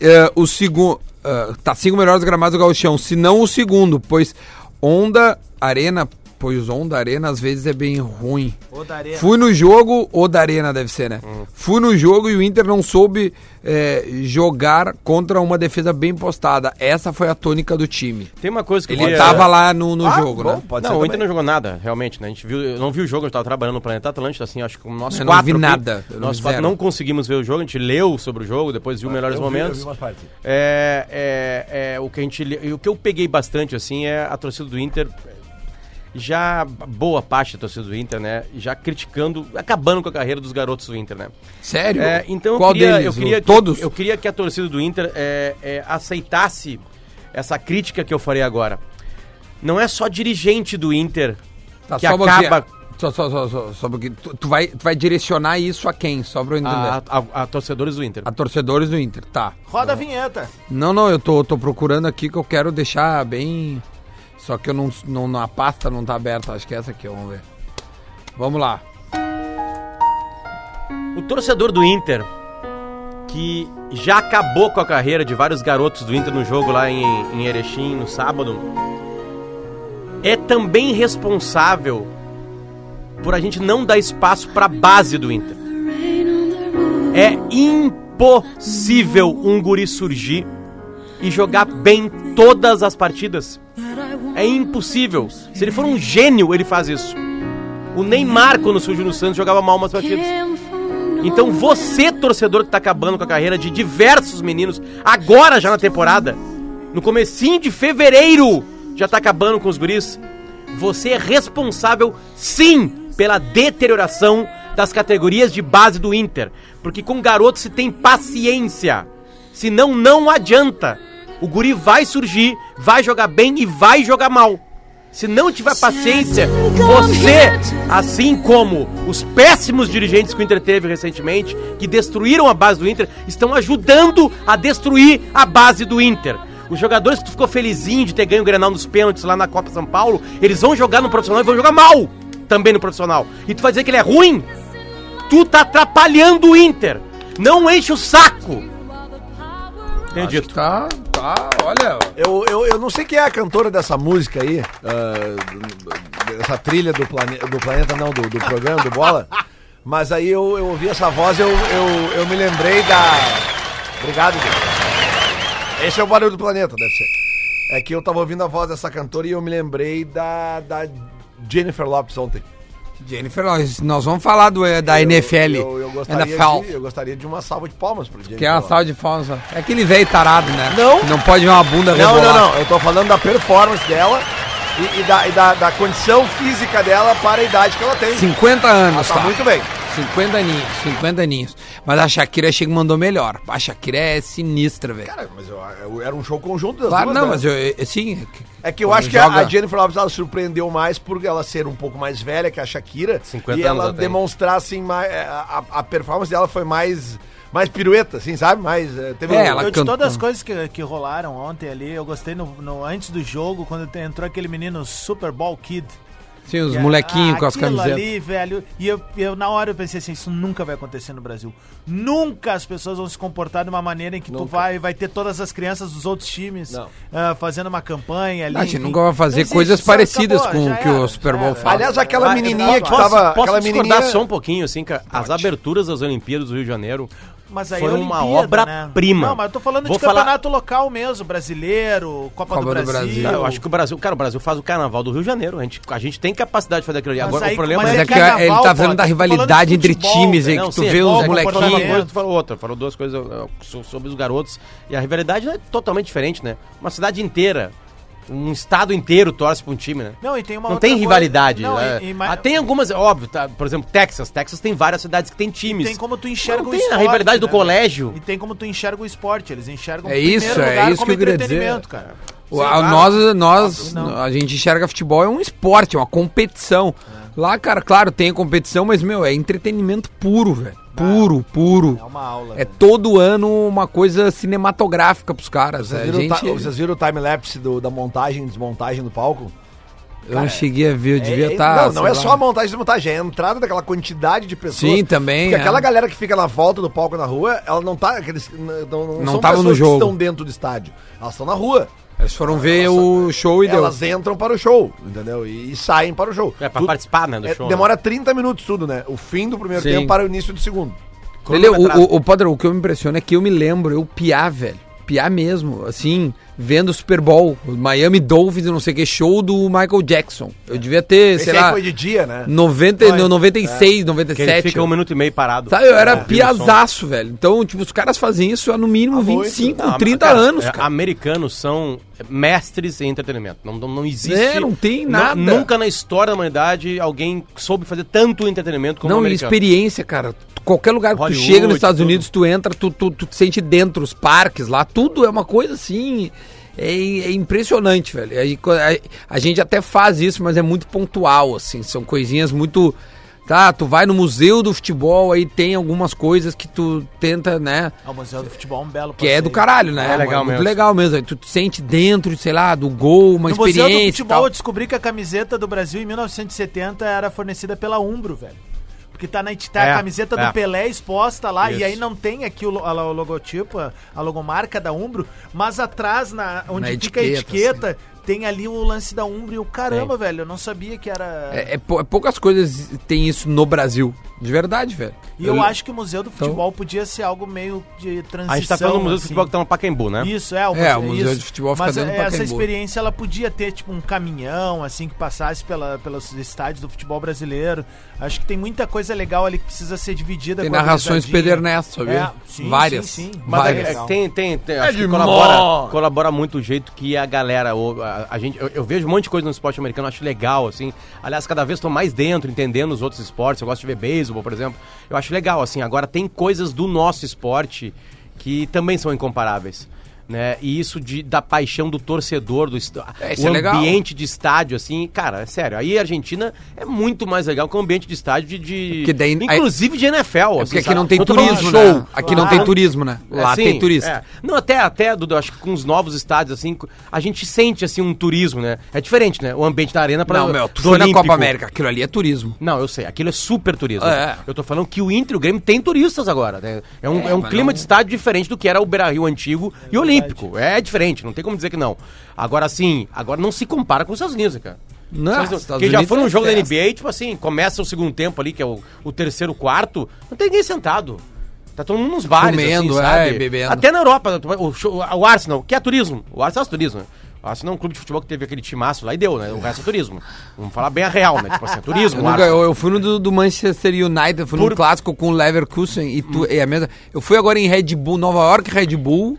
S2: é, o segundo. tá cinco melhores gramados do Gauchão, se não o segundo, pois Onda Arena. Pois Onda Arena às vezes é bem ruim.
S6: Onda Arena.
S2: Fui no jogo, o da Arena deve ser, né? Fui no jogo e o Inter não soube é, jogar contra uma defesa bem postada. Essa foi a tônica do time.
S4: Tem uma coisa que eu
S2: Ele
S4: queria-
S2: tava lá no, no
S5: Ah,
S2: jogo,
S5: bom,
S2: né?
S5: Pode
S4: não,
S5: ser
S4: o Inter
S5: também.
S4: não jogou nada, realmente, né? A gente viu, eu não vi o jogo, eu tava trabalhando no Planeta Atlântida, assim, acho que o nosso
S2: Eu não
S4: quatro.
S2: vi
S4: aqui,
S2: nada, eu não
S4: nós
S2: vi
S4: quatro
S2: zero.
S4: não conseguimos ver o jogo, a gente leu sobre o jogo, depois viu melhores
S5: É, Eu vi- eu
S4: momentos.
S5: vi umas partes.
S4: É, é, é, o que a gente li- e o que eu peguei bastante assim é a torcida do Inter já boa parte da torcida do Inter, né, já criticando, acabando com a carreira dos garotos do Inter, né?
S2: Sério?
S4: É, então
S2: Qual
S4: eu queria,
S2: deles?
S4: eu
S2: O-
S4: queria que,
S2: Todos?
S4: Eu queria que a torcida do Inter é, é, aceitasse essa crítica que eu farei agora. Não é só dirigente do Inter
S2: Tá,
S4: que
S2: só um pouquinho.
S4: acaba
S2: Só, só, só, só, só um pouquinho. tu, tu vai, tu vai direcionar isso a quem? Só pra eu entender.
S4: a,
S2: A,
S4: a- a torcedores do Inter.
S2: torcedores do Inter, tá.
S6: Roda a vinheta.
S2: Não, não, eu tô, tô procurando aqui que eu quero deixar bem. Só que eu não, não. não- A pasta não tá aberta, acho que é essa aqui, vamos ver. Vamos lá.
S4: O torcedor do Inter, que já acabou com a carreira de vários garotos do Inter no jogo lá em, em Erechim, no sábado, é também responsável por a gente não dar espaço pra base do Inter. É impossível um guri surgir e jogar bem todas as partidas. É impossível. Se ele for um gênio, ele faz isso. O Neymar, quando surgiu no Santos, jogava mal umas partidas. Então você, torcedor que tá acabando com a carreira de diversos meninos, agora já na temporada, no comecinho de fevereiro, já tá acabando com os guris, você é responsável, sim, pela deterioração das categorias de base do Inter. Porque com garoto se tem paciência. Senão não adianta. O guri vai surgir, vai jogar bem e vai jogar mal. Se não tiver paciência, você, assim como os péssimos dirigentes que o Inter teve recentemente, que destruíram a base do Inter, estão ajudando a destruir a base do Inter. Os jogadores que tu ficou felizinho de ter ganho o Grenal nos pênaltis lá na Copa São Paulo, eles vão jogar no profissional e vão jogar mal também no profissional. E tu vai dizer que ele é ruim? Tu tá atrapalhando o Inter. Não enche o saco. Entendi.
S2: Acho que Tá, tá, olha.
S5: Eu, eu, eu não sei quem é a cantora dessa música aí, ah, essa trilha do, plane, do planeta, não, do, do programa, do Bola. Mas aí eu, eu ouvi essa voz, eu, eu, eu me lembrei da. Obrigado, Deus. Esse é o barulho do planeta, deve ser. É que eu tava ouvindo a voz dessa cantora e eu me lembrei da, da Jennifer Lopes ontem.
S2: Jennifer, nós, nós vamos falar do, eh, da NFL.
S5: Eu, eu gostaria
S2: NFL.
S5: de, eu gostaria de uma salva de palmas pro Jennifer
S2: Que é uma salva de palmas. ó. É aquele velho tarado, né?
S5: Não.
S2: Não pode ver uma bunda
S5: Não,
S2: rebolar.
S5: não, não. Eu tô falando da performance dela e, e da, e da- da condição física dela para a idade que ela tem.
S2: 50
S5: ela
S2: anos,
S5: tá,
S2: tá?
S5: muito bem.
S2: 50 aninhos, 50 aninhos. Mas a Shakira chega e mandou melhor. A Shakira é sinistra, velho.
S5: Cara, mas eu, eu- era um show conjunto das
S2: Claro,
S5: duas,
S2: não,
S5: né?
S2: mas eu, eu- sim.
S5: É que eu
S2: quando
S5: acho que a-
S2: joga-
S5: a Jennifer Lopez ela surpreendeu mais por ela ser um pouco mais velha que a Shakira
S4: 50
S5: e
S4: anos
S5: ela
S4: ela tem.
S5: demonstrar assim mais, a, a- a performance dela foi mais mais pirueta, assim, sabe? Mais eh, teve
S2: É,
S5: um-
S2: ela
S6: Eu, de
S2: canta.
S6: todas as coisas que, que rolaram ontem ali, eu gostei no, no- antes do jogo, quando te- entrou aquele menino Super Bowl Kid.
S2: Sim, os
S6: Que é-
S5: ah,
S2: molequinhos com as
S6: aquilo
S2: camisetas.
S6: ali, velho. E eu, eu, na hora, eu pensei assim, isso nunca vai acontecer no Brasil. Nunca as pessoas vão se comportar de uma maneira em que tu vai, vai ter todas as crianças dos outros times
S5: Não.
S6: ah, fazendo uma campanha ali.
S2: Ah, A gente
S6: enfim.
S2: nunca vai fazer
S6: Não existe,
S2: coisas
S6: só
S2: parecidas
S6: acabou,
S2: com o
S6: já
S2: que o Super
S6: já
S2: Bowl
S6: era.
S2: faz.
S5: Aliás, aquela
S4: Ah,
S5: menininha que
S4: posso-
S5: tava,
S4: posso
S5: aquela
S4: discordar
S5: menininha
S4: só um pouquinho, assim, cara. As aberturas das Olimpíadas do Rio de Janeiro
S6: Mas
S4: foram
S6: é
S4: uma
S6: Olimpíada, né?
S4: obra-prima.
S6: Não, mas eu tô falando
S4: Vou
S6: de campeonato local mesmo, brasileiro, Copa,
S2: Copa
S6: do,
S2: do
S6: Brasil.
S2: Brasil.
S4: Falar... Ah, Eu acho que o Brasil... Cara, o Brasil faz o carnaval do Rio de Janeiro. A gente, a gente tem capacidade de fazer aquilo ali.
S6: Mas
S4: Agora,
S6: aí-
S4: o problema
S6: mas
S2: Mas
S4: é...
S2: é que
S6: carnaval,
S2: ele tá falando
S6: pô,
S2: da
S6: tô
S2: rivalidade
S6: falando de
S2: entre
S6: futebol,
S2: times, hein?
S4: Não,
S2: que tu
S4: sim,
S2: vê os
S4: bom, Falou uma
S2: molequinhos.
S4: coisa, tu falou outra. Falou duas coisas eh, so- sobre os garotos. E a rivalidade é totalmente diferente, né? Uma cidade inteira, um estado inteiro torce pra um time, né?
S6: Não, e tem uma
S4: Não
S6: outra
S4: tem
S6: coisa-
S4: rivalidade.
S6: Não,
S4: né?
S6: e- e mais-
S4: Ah, tem algumas, óbvio, tá, por exemplo, Texas. Texas tem várias cidades que tem times.
S6: tem como tu enxerga
S4: Não
S6: o
S4: tem a
S6: esporte.
S4: rivalidade do
S6: né?
S4: colégio.
S6: E tem como tu enxerga o esporte. Eles enxergam
S2: É
S6: em primeiro
S2: isso, é isso que eu queria dizer.
S6: cara.
S2: O- a- nós, nós a gente enxerga futebol é um esporte, é uma competição.
S5: É.
S2: Lá, cara, claro, tem competição, mas, meu, é entretenimento puro, velho. Puro, puro.
S6: É uma aula.
S2: É todo ano uma coisa cinematográfica pros caras.
S5: Vocês
S2: A
S5: viram, o ti-
S2: gente,
S5: vocês viram o time-lapse do- da montagem e desmontagem do palco?
S2: eu não cheguei a ver, eu devia tá,
S5: É,
S2: estar.
S5: não, não é só a montagem e desmontagem, é a entrada daquela quantidade de pessoas.
S2: Sim, também,
S5: Porque
S2: é.
S5: aquela galera que fica na volta do palco na rua, ela não tá. Aqueles, não não,
S2: Não tava no jogo.
S5: que estão dentro do estádio. Elas estão na rua.
S2: Eles foram ver o show e deu.
S5: elas entram para o show, entendeu? E, e saem para o show.
S4: É pra
S5: Tu-
S4: participar, né, do
S5: é,
S4: show.
S5: demora 30 minutos tudo, né? O fim do primeiro
S2: Sim.
S5: tempo para o início do segundo.
S2: Ele, o, o, o Padre, o que eu me impressiona é que eu me lembro, eu piar, velho. Piar mesmo, assim, vendo o Super Bowl, o Miami Dolphins, não sei o que, show do Michael Jackson. Eu devia ter,
S5: Esse
S2: sei
S5: aí
S2: lá,
S5: foi de é. dia, né?
S2: 90, no- 96,
S4: Que ele
S2: 97.
S4: fica um minuto e meio parado.
S2: Sabe, eu era
S4: É, ouvindo
S2: piazaço, velho. Então, tipo, os caras fazem isso há no mínimo 25,
S4: som. Não,
S2: 30
S4: cara,
S2: anos,
S4: é,
S2: cara.
S4: Americanos são mestres em entretenimento. Não, não, não existe.
S2: É, não tem nada.
S4: nunca na história da humanidade alguém soube fazer tanto entretenimento como o
S2: Não, e
S4: americano.
S2: experiência, cara. Qualquer lugar que
S4: Hollywood,
S2: tu chega nos Estados
S4: tudo.
S2: Unidos, tu entra, tu, tu, tu te sente dentro, os parques lá, tudo é uma coisa assim. É, é impressionante, velho. Aí, co- aí, a gente até faz isso, mas é muito pontual, assim. São coisinhas muito. Tá, tu vai no museu do futebol, aí tem algumas coisas que tu tenta, né?
S6: Ah, o Museu do Futebol é um belo
S2: Que é do
S6: passeio.
S2: caralho, né?
S4: É legal
S2: muito
S4: mesmo.
S2: legal mesmo. Aí tu te sente dentro, sei lá, do gol, uma
S6: No Museu do
S2: experiência. e
S6: Futebol
S2: tal.
S6: eu descobri que a camiseta do Brasil em 1970 era fornecida pela Umbro, velho. Porque tá, na, tá
S4: É,
S6: a camiseta
S4: é.
S6: do Pelé exposta lá,
S4: Isso.
S6: e aí não tem aqui o, lo- a, lo- o logotipo, a, a logomarca da Umbro, mas atrás, na, onde
S2: Na
S6: fica
S2: etiqueta,
S6: a etiqueta, tem ali o lance da Umbro e o caramba, velho, eu não sabia que era...
S2: É, é pou- é poucas coisas tem isso no Brasil. De verdade, velho.
S6: e eu, acho que o Museu do
S2: Então-
S6: Futebol podia ser algo meio de transição.
S4: A gente tá falando do Museu do
S6: assim.
S4: Futebol que tá no Pacaembu, né?
S6: Isso, é, o
S2: É, o Museu
S6: isso.
S2: de Futebol fica
S6: Mas
S2: dentro do
S6: é, essa
S2: Pacaembu.
S6: experiência ela podia ter, tipo, um caminhão, assim, que passasse pela, pelos estádios do futebol brasileiro. Acho que tem muita coisa legal ali que precisa ser dividida
S2: Tem
S6: a
S2: narrações
S6: gurizadinha.
S2: Pedernest, sabia?
S6: É, sim,
S2: várias.
S6: sim, sim.
S4: Mas
S2: várias.
S4: é- é que tem, tem, tem acho que
S5: de
S4: colabora,
S5: mó.
S4: colabora muito o jeito que a galera, ou a, a gente, eu, eu vejo um monte de coisa no esporte americano, acho legal, assim. Aliás, cada vez estou mais dentro, entendendo os outros esportes. Eu gosto de ver beisebol, por exemplo. Eu acho legal, assim. Agora tem coisas do nosso esporte que também são incomparáveis. Né? E isso de, da paixão do torcedor, do est-
S2: É, isso
S4: o
S2: é legal.
S4: ambiente de estádio, assim, cara, é sério. Aí a Argentina é muito mais legal que o ambiente de estádio de. de-
S2: É Porque daí-
S4: inclusive de NFL.
S2: É porque aqui
S4: assim, sabe?
S2: não tem
S4: tô falando de
S2: turismo,
S4: show.
S2: né? Aqui não tem
S4: Claro.
S2: turismo, né? Lá
S4: É, sim,
S2: tem turista.
S4: é. Não, até, até, Dudu, acho que com os novos estádios, assim, a gente sente, assim, um turismo, né? É diferente, né? O ambiente da arena para
S2: Não, meu, tu foi na Copa América, aquilo ali é turismo.
S4: Não, eu sei, aquilo é super turismo.
S2: É.
S4: Eu tô falando que o Inter e o Grêmio tem turistas agora, né? É um,
S2: É,
S4: é um
S2: mas
S4: clima
S2: não-
S4: de estádio diferente do que era o Beira-Rio antigo e Olímpico. É diferente, não tem como dizer que não. Agora, sim, agora não se compara com os Estados Unidos, né, cara.
S2: Não,
S4: Os Estados
S2: os Estados
S4: Unidos- que já
S2: Unidos
S4: foi
S2: é
S4: um jogo da
S2: festa.
S4: NBA, tipo assim, começa o segundo tempo ali, que é o, o terceiro quarto, não tem ninguém sentado. Tá todo mundo nos bares,
S2: Comendo,
S4: assim, sabe?
S2: é, bebendo.
S4: Até na Europa, né? o, show- o Arsenal, que é turismo. O Arsenal é turismo, né? O Arsenal é um clube de futebol que teve aquele timaço lá e deu, né? O resto é turismo. Vamos falar bem a real, né? Tipo assim, é turismo.
S2: [laughs] Eu,
S4: o
S2: nunca-
S4: Arsenal.
S2: eu- eu fui no do, do Manchester United, eu fui
S4: Por- Hum.
S2: num clássico com o Leverkusen e tu é a mesma. Eu fui agora em Red Bull, Nova York, Red Bull.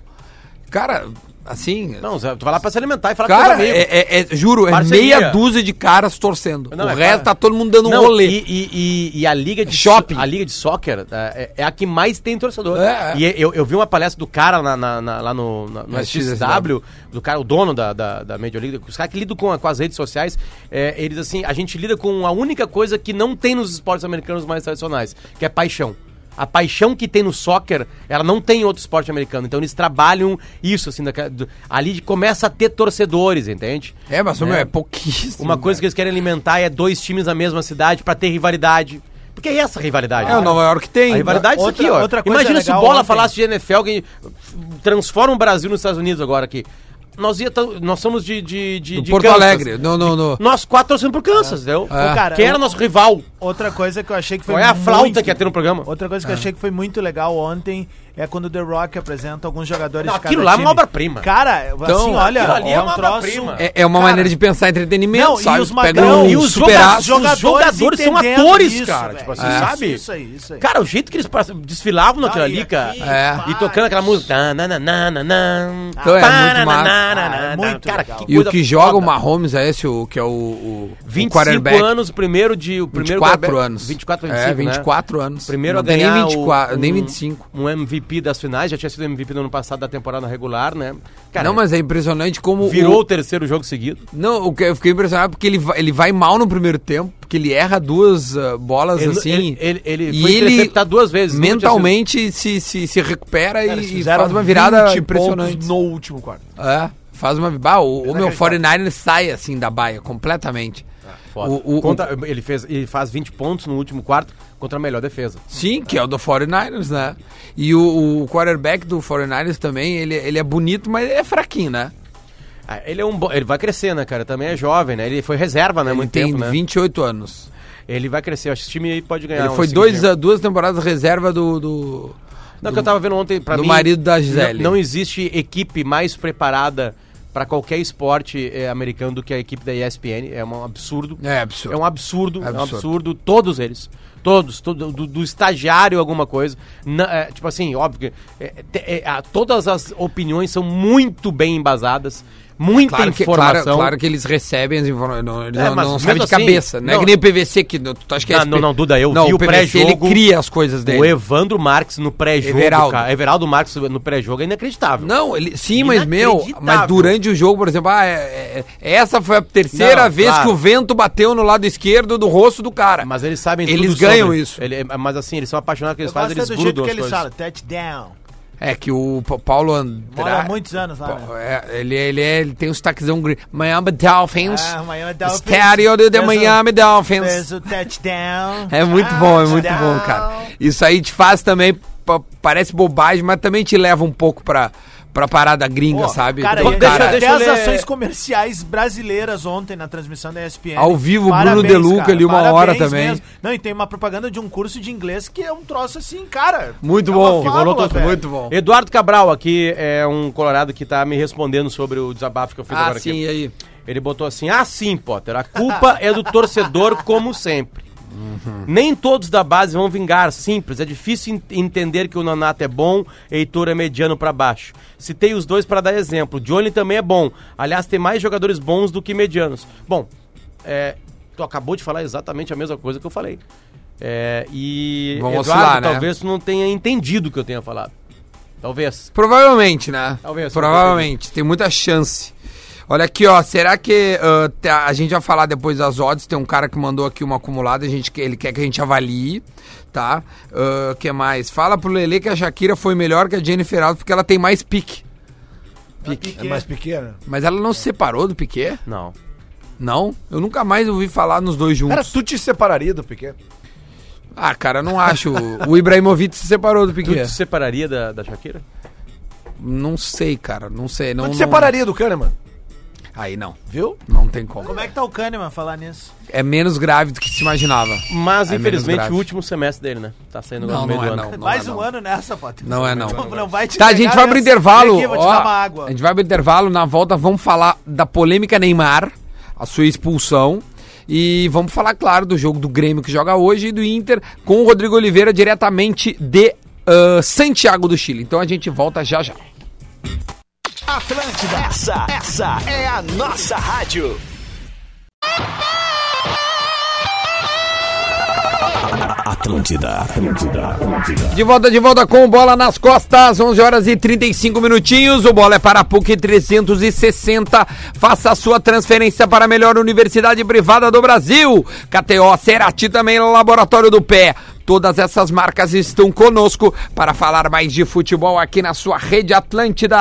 S2: Cara, assim,
S4: Não, tá Zé, tu vai lá pra se alimentar e falar
S2: cara,
S4: com teus amigos.
S2: é, é- é- juro, é
S4: Parceria.
S2: meia dúzia de caras torcendo.
S4: Não,
S2: o
S4: é
S2: resto
S4: claro.
S2: tá todo mundo dando um
S4: Não,
S2: rolê. É
S4: E, e- e- e a liga de
S2: Shopping.
S4: A liga de soccer é, é a que mais tem torcedor.
S2: É, é.
S4: E eu, eu vi uma palestra do cara na- na- na- lá no, na- no
S2: Na
S4: SXW, do cara, o dono da, da, da Major League, os caras que lidam com, a- com as redes sociais, é, eles assim, a gente lida com a única coisa que não tem nos esportes americanos mais tradicionais, que é paixão. A paixão que tem no soccer, ela não tem em outro esporte americano. Então eles trabalham isso, assim, daquela- do- ali começa a ter torcedores, entende?
S2: É, mas
S4: Né?
S2: meu, é pouquíssimo.
S4: Uma coisa que eles querem alimentar é dois times na mesma cidade pra ter rivalidade. Porque é essa a rivalidade.
S2: É, o Nova York tem.
S4: A rivalidade é isso
S6: Outra-
S4: aqui, ó.
S6: outra coisa
S4: Imagina se
S6: legal
S4: bola
S6: ontem.
S4: falasse de NFL que transforma o Brasil nos Estados Unidos agora aqui. Nós, ia tá- nós somos de, de, de,
S2: Do
S4: de
S2: Porto
S4: Kansas.
S2: Alegre. Não, não, não.
S4: Nós quatro torcendo pro Kansas,
S2: É.
S4: entendeu?
S6: Ô, cara,
S4: Quem era
S6: eu-
S4: nosso rival?
S6: Outra coisa que eu achei que foi
S4: Qual é a flauta
S6: muito-
S4: que ia ter no programa? Ah.
S6: Outra coisa que eu achei que foi muito legal ontem é quando o The Rock apresenta alguns jogadores
S4: Não,
S6: de cada
S4: aquilo lá é uma
S6: time.
S4: obra-prima.
S6: Cara, assim, olha,
S4: aquilo ali é
S6: é um
S4: uma
S6: troço...
S4: obra-prima.
S2: É, é uma
S6: Cara,
S2: maneira de pensar entretenimento,
S6: não,
S2: sabe?
S6: e os
S2: Tu pega
S6: magrão,
S2: um
S6: e os
S2: superaço,
S4: joga- os jogadores são
S6: entendendo
S4: atores,
S6: isso,
S4: cara,
S6: velho.
S4: tipo assim,
S6: Isso,
S4: sabe?
S6: Isso aí, isso aí.
S4: Cara, o jeito que eles pass- desfilavam naquilo
S6: Ah, e
S4: ali, cara.
S6: aqui,
S2: É.
S4: E tocando aquela música. Tananana,
S2: Então é
S4: tananana,
S2: muito massa.
S4: tananana.
S6: Ah, é muito
S4: cara,
S6: legal.
S4: que
S2: E o
S4: coisa
S2: que joga o
S4: foda.
S2: Mahomes é esse, o, que é o, o, o
S4: 25 anos, o primeiro de. O primeiro
S2: 24
S4: quarterback-
S2: anos.
S4: 24,
S2: É,
S4: 25. né?
S2: 24 anos.
S4: Primeiro
S2: Não
S4: a
S2: tem nem
S4: ganhar
S2: 24,
S4: um,
S2: nem 25.
S4: Um MVP MVP das finais, já tinha sido MVP no ano passado da temporada regular, né? Cara,
S2: não, mas é impressionante como.
S4: virou o
S2: o-
S4: terceiro jogo seguido.
S2: Não, o que eu fiquei impressionado porque ele vai, ele vai mal no primeiro tempo, porque ele erra duas ah, bolas
S4: Ele-
S2: assim.
S4: ele- ele- ele
S2: e
S4: foi
S2: ele
S4: interceptar duas vezes, nunca tinha
S2: Mentalmente se, se, se recupera
S5: Cara, eles
S2: e, e
S5: fizeram
S2: faz uma virada
S5: 20
S2: impressionante.
S5: pontos no último quarto.
S2: É, faz uma. Bah, o, o meu 49 sai assim da baia completamente.
S4: Ah,
S2: O, o-
S4: Contra- ele, fez, ele faz 20 pontos no último quarto contra a melhor defesa.
S2: Sim, que é o do 49ers, né? E o, o quarterback do 49ers também, ele, ele é bonito, mas é fraquinho, né?
S4: Ah, ele é um bo- ele vai crescer, né, cara? Também é jovem, né? Ele foi reserva, né?
S2: Ele
S4: muito
S2: tem
S4: tempo, né?
S2: 28 anos.
S4: Ele vai crescer. Eu Acho que esse time aí pode ganhar.
S2: Ele
S4: um
S2: foi
S4: segundo
S2: dois,
S4: tempo.
S2: a- duas temporadas reserva do. do
S4: Não, é que eu tava vendo ontem para
S2: do
S4: mim.
S2: marido da Gisele.
S4: Não, não existe equipe mais preparada para qualquer esporte eh, americano do que a equipe da ESPN. É um absurdo.
S2: É absurdo.
S4: É um absurdo, é um
S2: Absurdo.
S4: absurdo. Todos eles. Todos, todo, do, do estagiário alguma coisa. Na- é, tipo assim, óbvio que é, te- é, a- todas as opiniões são muito bem embasadas, muita
S2: Claro que, claro,
S4: informação.
S2: claro que eles recebem as informações. Não, eles
S4: É,
S2: não,
S4: mas
S2: não sabem de
S4: mesmo assim,
S2: cabeça. Não, é
S4: não.
S2: que nem o PVC que não- tu acha que é
S4: Não,
S2: SP.
S4: não, não, Duda, eu vi o
S2: PVC,
S4: pré-jogo.
S2: Ele cria as coisas é dele.
S4: O Evandro Marques no pré-jogo,
S2: Everaldo.
S4: cara. Everaldo Marques no pré-jogo é inacreditável.
S2: Não, ele, sim, mas meu, mas
S4: Inacreditável.
S2: durante o jogo, por exemplo, ah, é- é- é- essa foi a terceira
S4: Não,
S2: vez
S4: claro.
S2: que o vento bateu no lado esquerdo do rosto do cara.
S4: Mas eles sabem
S2: Eles
S4: tudo
S2: ganham
S4: sobre-
S2: isso.
S4: Ele- mas assim, eles são apaixonados que eles
S6: Eu
S4: fazem,
S6: gosto é
S4: eles
S6: do jeito
S4: grudam
S6: que
S4: as
S6: eles
S4: coisas.
S6: falam, touchdown.
S2: É que o Pa- Paulo Andrade.
S6: Mora há muitos anos lá, né?
S2: Pa- é, ele, ele, é- ele tem um sotaquezão gringo. Miami Dolphins.
S6: Ah, Miami Dolphins.
S2: Estádio de, de
S6: Fez o-
S2: Miami Dolphins.
S6: Fez o touchdown.
S2: É muito bom, é muito
S6: Touchdown.
S2: bom, cara. Isso aí te faz também, pa- parece bobagem, mas também te leva um pouco pra, pra parada gringa,
S6: Pô,
S2: sabe?
S6: Cara,
S2: Então,
S6: e-
S4: deixa-
S6: até
S4: deixa eu
S6: as
S4: ler-
S6: ações comerciais brasileiras ontem na transmissão da ESPN.
S2: Ao vivo, Bruno
S6: Parabéns,
S2: De Luca
S6: cara,
S2: ali, uma
S6: parabéns
S2: hora também.
S6: Não, e tem uma propaganda de um curso de inglês que é um troço assim, cara.
S2: Muito
S6: é uma
S2: bom.
S6: fábula,
S2: Rolou todo-
S6: velho.
S2: muito bom.
S4: Eduardo Cabral aqui é um colorado que tá me respondendo sobre o desabafo que eu fiz
S2: Ah,
S4: agora
S2: sim,
S4: aqui.
S2: e aí?
S4: Ele botou assim: "Ah, sim, Potter, a culpa é do torcedor como sempre.
S2: Uhum.
S4: Nem todos da base vão vingar, simples. É difícil en- entender que o Nonato é bom, Heitor é mediano pra baixo. Citei os dois pra dar exemplo. Johnny também é bom. Aliás, tem mais jogadores bons do que medianos. Bom, é, tu acabou de falar exatamente a mesma coisa que eu falei. É, e
S2: Vão oscilar, né?
S4: talvez tu não tenha entendido o que eu tenha falado. Talvez.
S2: Provavelmente, né?
S4: Talvez,
S2: Provavelmente. Tem muita chance. Olha aqui, ó. Será que ah, tá- a gente vai falar depois das odds? Tem um cara que mandou aqui uma acumulada. A gente, que- ele quer que a gente avalie, tá? Ah, O que mais? Fala pro Lele que a Shakira foi melhor que a Jennifer Alves porque ela tem mais pique.
S5: É mais pequena.
S2: Mas ela não se separou do Piquet?
S4: Não.
S2: Não. Eu nunca mais ouvi falar nos dois juntos.
S5: Cara, tu te separaria do pequeno?
S2: Ah, cara, não acho. o Ibrahimovic se separou do
S4: Tu te
S2: Piquet.
S4: separaria da, da Shakira?
S2: Não sei, cara. Não sei. Não,
S5: Tu te
S2: não-
S5: separaria do Kahneman,
S2: Aí não.
S5: viu?
S2: Não tem como.
S6: Como é que tá o Kahneman falar nisso?
S2: É menos grave do que se imaginava.
S4: Mas,
S2: É menos
S4: infelizmente,
S2: grave.
S4: o último semestre dele, né? Tá saindo agora
S2: Não,
S4: no meio
S2: não é
S4: do
S2: não.
S4: ano.
S6: Mais
S2: é
S6: um
S2: não.
S6: ano nessa, Potter.
S2: Não é não.
S6: Não, não vai te
S2: Tá, a gente
S6: pegar
S2: vai pro
S6: nessa.
S2: intervalo.
S6: Vem aqui, vou te
S2: ó,
S6: dar uma água.
S2: A gente vai pro intervalo. Na volta, vamos falar da polêmica Neymar, a sua expulsão. E vamos falar, claro, do jogo do Grêmio que joga hoje e do Inter com o Rodrigo Oliveira diretamente de ah, Santiago do Chile. Então a gente volta já já.
S7: Essa, essa é a nossa rádio.
S1: Atlântida, Atlântida, Atlântida.
S2: De volta, de volta com o Bola nas Costas, 11 horas e 35 minutinhos. O Bola é para a PUC 360. Faça a sua transferência para a melhor universidade privada do Brasil. KTO, Cerati também, Laboratório do Pé. Todas essas marcas estão conosco para falar mais de futebol aqui na sua rede Atlântida.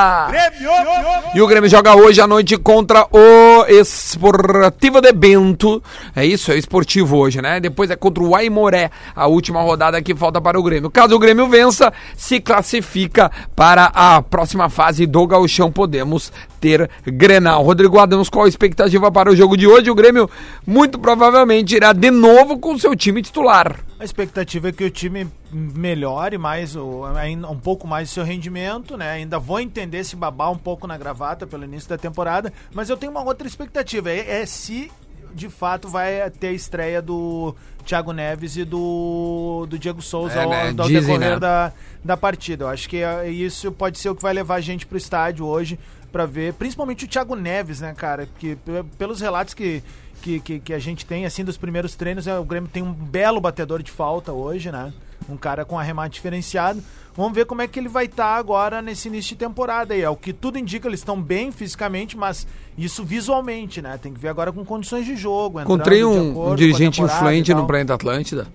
S2: E o Grêmio joga hoje à noite contra o Esportivo de Bento. É isso, é esportivo hoje, né? Depois é contra o Aimoré, a última rodada que falta para o Grêmio. Caso o Grêmio vença, se classifica para a próxima fase do Gauchão. Podemos ter Grenal. Rodrigo Adams, qual a expectativa para o jogo de hoje? O Grêmio muito provavelmente irá de novo com seu time titular.
S6: A expectativa é que o time melhore mais, o- ainda um pouco mais o seu rendimento, né? Ainda vou entender se babar um pouco na gravata pelo início da temporada, mas eu tenho uma outra expectativa, é, é se de fato vai ter a estreia do Thiago Neves e do, do Diego Souza
S2: É,
S6: ao,
S2: né?
S6: ao
S2: Dizem,
S6: decorrer
S2: né?
S6: da, da partida. Eu acho que é, isso pode ser o que vai levar a gente pro estádio hoje pra ver, principalmente o Thiago Neves, né, cara? Porque pe- pelos relatos que, eh, que, que, que a gente tem, assim, dos primeiros treinos, é, o Grêmio tem um belo batedor de falta hoje, né? Um cara com arremate diferenciado. Vamos ver como é que ele vai estar agora nesse início de temporada aí. É o que tudo indica, eles estão bem fisicamente, mas isso visualmente, né? Tem que ver agora com condições de jogo. entrando
S2: Encontrei
S6: de
S2: um-
S6: acordo
S2: um,
S6: com a
S2: dirigente
S6: temporada e
S2: influente no
S6: tal.
S2: Planeta Atlântida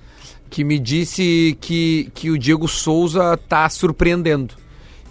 S2: que me disse que, que o Diego Souza tá surpreendendo.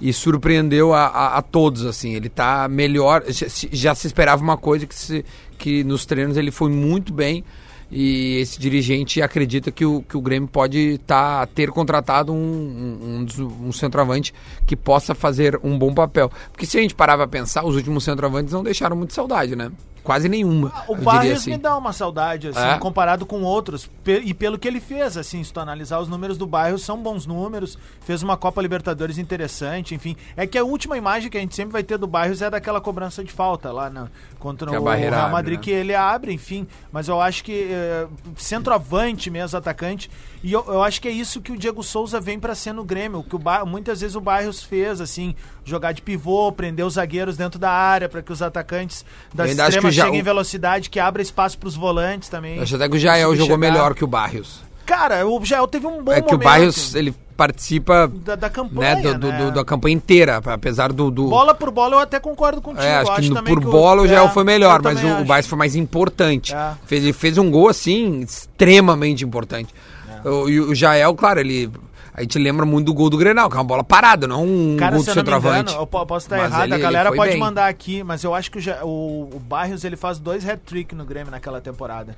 S2: E surpreendeu a, a- a todos, assim. Ele tá melhor. Já, se- já se esperava uma coisa que, se- que nos treinos ele foi muito bem. E esse dirigente acredita que o, que o Grêmio pode tá, ter contratado um, um, um dos- um centroavante que possa fazer um bom papel. Porque se a gente parar pra pensar, os últimos centroavantes não deixaram muito saudade, né? Quase nenhuma.
S6: Ah, O
S2: eu diria
S6: Barrios
S2: assim.
S6: me dá uma saudade, assim,
S2: É?
S6: comparado com outros. pe- E pelo que ele fez, assim, se tu analisar os números do Barrios, são bons números. Fez uma Copa Libertadores interessante, enfim. É que a última imagem que a gente sempre vai ter do Barrios é daquela cobrança de falta lá na, contra
S2: Que a
S6: o
S2: barreira
S6: Real
S2: abre,
S6: Madrid,
S2: né?
S6: que ele abre, enfim. Mas eu acho que é, centroavante mesmo, atacante. E eu, eu acho que é isso que o Diego Souza vem pra ser no Grêmio. o Que o Bar- muitas vezes o Barrios fez, assim, jogar de pivô, prender os zagueiros dentro da área pra que os atacantes da
S2: Eu ainda acho que
S6: extrema
S2: já-
S6: cheguem em velocidade, que abra espaço pros volantes também.
S2: Eu acho até que o Jael
S6: Conseguir
S2: jogou
S6: chegar.
S2: melhor que o Barrios.
S6: Cara, o Jael teve um bom
S2: é que o
S6: momento
S2: Barrios, ele participa
S6: da, da campanha,
S2: né, do, do-
S6: né?
S2: do- da campanha inteira, apesar do... do-
S6: Bola por bola eu até concordo contigo.
S2: é, acho
S6: eu
S2: que no-
S6: também
S2: por
S6: que
S2: bola o Jael
S6: é,
S2: foi melhor,
S6: eu
S2: mas
S6: também
S2: o, o
S6: acho.
S2: Barrios foi mais importante.
S6: É.
S2: Fez, ele fez um gol, assim, extremamente importante.
S6: É.
S2: O, e o Jael, claro, ele... A gente lembra muito do gol do Grenal, que é uma bola parada, não um
S6: Cara,
S2: gol
S6: se
S2: do
S6: eu não me
S2: centroavante.
S6: engano, eu po- posso estar
S2: Mas
S6: errado,
S2: ele-
S6: a
S2: ele
S6: galera
S2: foi
S6: pode
S2: bem.
S6: mandar aqui, mas eu acho que o, Ja- o, o Barrios ele faz dois hat-trick no Grêmio naquela temporada.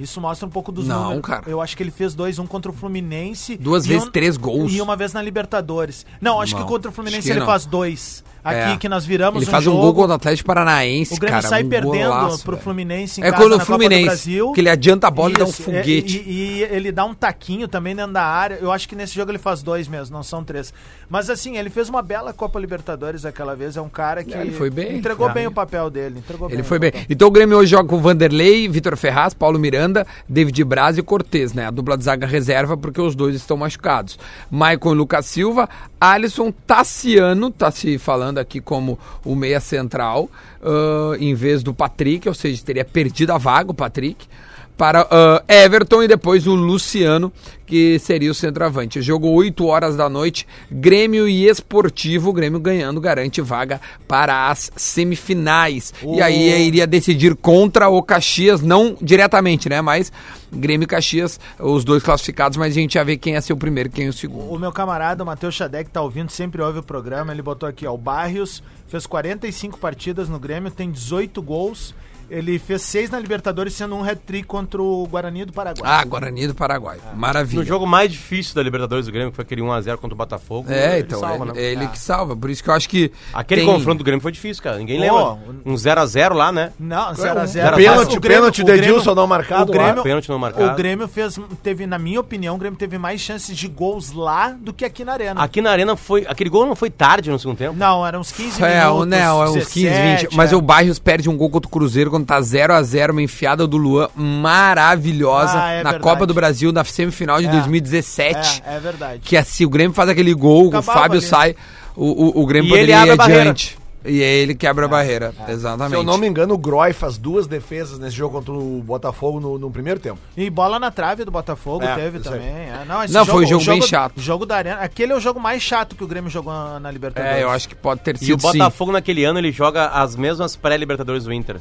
S6: Isso mostra um pouco dos
S2: Não,
S6: números.
S2: cara.
S6: Eu acho que ele fez dois, um contra o Fluminense.
S2: Duas
S6: e um
S2: vezes três gols.
S6: E uma vez na Libertadores. Não, acho
S2: Não,
S6: que contra o
S2: acho
S6: Fluminense
S2: que
S6: ele
S2: não.
S6: faz dois. Aqui
S2: É.
S6: que nós viramos
S2: Ele faz um gol
S6: jogo,
S2: contra o Atlético Paranaense,
S6: o Grêmio
S2: cara,
S6: sai
S2: um
S6: perdendo
S2: golaço,
S6: pro
S2: velho.
S6: Fluminense em
S2: É
S6: casa
S2: quando o
S6: na Copa do
S2: Fluminense,
S6: Brasil.
S2: que ele adianta a bola e dá um
S6: Isso,
S2: foguete.
S6: é, E, e ele dá um taquinho também dentro da área. Eu acho que nesse jogo ele faz dois mesmo, não são três. Mas assim, ele fez uma bela Copa Libertadores aquela vez. É um cara que
S2: É, ele foi bem,
S6: entregou
S2: foi
S6: bem
S2: bem.
S6: o papel dele. Entregou
S2: Ele
S6: bem
S2: foi
S6: o
S2: bem.
S6: papel.
S2: Então o Grêmio hoje joga com Vanderlei, Vitor Ferraz, Paulo Miranda, David Braz e Cortez, né? A dupla de zaga reserva, porque os dois estão machucados. Maicon e Lucas Silva, Alisson Tassiano, tá se falando aqui como o meia central, ãh, em vez do Patrick, ou seja, teria perdido a vaga o Patrick. Para ãh, Everton e depois o Luciano, que seria o centroavante. Jogo 8 horas da noite, Grêmio e Esportivo. O Grêmio ganhando garante vaga para as semifinais. E aí
S4: Oh.
S2: é iria decidir contra o Caxias, não diretamente, né? Mas Grêmio e Caxias, os dois classificados, mas a gente ia ver quem ia ser o primeiro e quem é o segundo.
S6: O meu camarada, o Matheus Xadec, tá ouvindo, sempre ouve o programa. Ele botou aqui, ó. O Barrios fez 45 partidas no Grêmio, tem 18 gols. Ele fez seis na Libertadores, sendo um hat-trick contra o Guarani do Paraguai.
S2: Ah, Guarani do Paraguai. Maravilha.
S4: Ah. No jogo mais difícil da Libertadores do Grêmio, que foi aquele 1x0 contra o Botafogo.
S2: É,
S4: ele
S2: então,
S4: salva,
S2: ele,
S4: né?
S2: ele que salva. Por isso que eu acho que.
S4: Aquele
S2: tem-
S4: confronto do Grêmio foi difícil, cara. Ninguém
S6: Pô,
S4: lembra. Um 0x0 lá, né?
S6: Não, 0x0.
S4: Era
S5: Pênalti, pênalti de Edilson não marcado
S6: o
S5: lá.
S6: Grêmio,
S4: Pênalti não marcado.
S6: O Grêmio fez, teve, na minha opinião, o Grêmio teve mais chances de gols lá do que aqui na Arena.
S4: Aqui na Arena foi. Aquele gol não foi tarde no segundo tempo?
S6: Não, eram uns 15
S2: É,
S6: minutos. é.
S2: não, é uns 15, 20. Mas o Bairros perde um gol contra o Cruzeiro quando tá 0x0, uma enfiada do Luan maravilhosa
S6: Ah, é
S2: na
S6: verdade.
S2: Copa do Brasil, na semifinal de
S6: É.
S2: 2017.
S6: É, é verdade.
S2: Que assim, o Grêmio faz aquele gol,
S6: Acabava
S2: o Fábio
S6: ali.
S2: sai, o, o, o Grêmio
S4: E ele abre a barreira.
S2: E é ele que abre a barreira, exatamente. É,
S5: Se eu não me engano, o Groy faz duas defesas nesse jogo contra o Botafogo no, no primeiro tempo.
S6: E bola na trave do Botafogo
S5: É,
S6: teve
S5: isso
S6: também. é. Não, esse
S2: Não, foi um jogo bem chato.
S6: Jogo da Arena. Aquele é o jogo mais chato que o Grêmio jogou na Libertadores.
S2: É, eu acho que pode ter
S4: E o
S2: sido sim.
S4: Botafogo naquele ano ele joga as mesmas pré-Libertadores do Inter.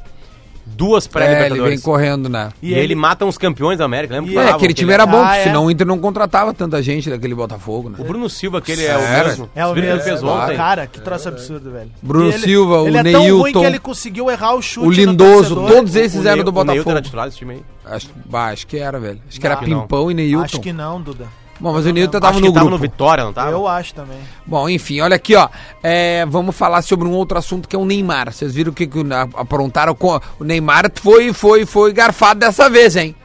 S4: Duas
S2: É, ele vem
S4: pré-Libertadores.
S2: correndo, né?
S4: e ele mata uns campeões da América, lembra?
S6: E
S4: que
S2: é,
S4: falavam
S2: aquele
S4: que
S2: time
S4: ele-
S2: era bom,
S6: Ah,
S2: porque
S6: é.
S2: senão o Inter não contratava tanta gente daquele Botafogo, né?
S4: O Bruno Silva, aquele é
S2: Era.
S4: o mesmo.
S6: É o
S4: Você viu que
S6: mesmo.
S4: ele fez
S2: claro.
S4: ontem.
S6: Cara, que troço absurdo, velho.
S2: Bruno
S6: E ele-
S2: Silva, o
S6: ele é tão ruim
S2: Neilton,
S6: que ele conseguiu errar o chute.
S2: o
S6: no
S2: Lindoso,
S6: torcedor.
S2: todos esses
S4: O
S2: eram
S4: Ney-
S2: do
S4: o Neilton
S2: Botafogo.
S4: era titular desse time aí.
S2: Acho, bah, acho que era, velho. Acho que era
S4: Não.
S2: Pimpão e Neilton.
S6: Acho que não, Duda.
S2: Bom, mas o Neilton tava
S4: Acho que
S2: no
S4: ele tava
S2: grupo.
S4: no Vitória, não tava?
S6: Eu acho também.
S2: Bom, enfim, olha aqui, ó. É, vamos falar sobre um outro assunto que é o Neymar. Vocês viram o que, que o- a- aprontaram com. O Neymar foi, foi, foi garfado dessa vez, hein?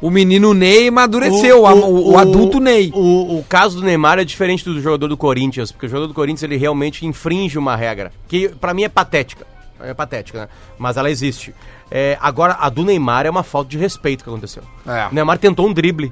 S2: O menino Ney amadureceu, o, o- o adulto Ney.
S4: O, o caso do Neymar é diferente do jogador do Corinthians, porque o jogador do Corinthians ele realmente infringe uma regra, que pra mim é patética. É patética, né? Mas ela existe. É, agora, a do Neymar é uma falta de respeito que aconteceu.
S2: É.
S4: O Neymar tentou um drible.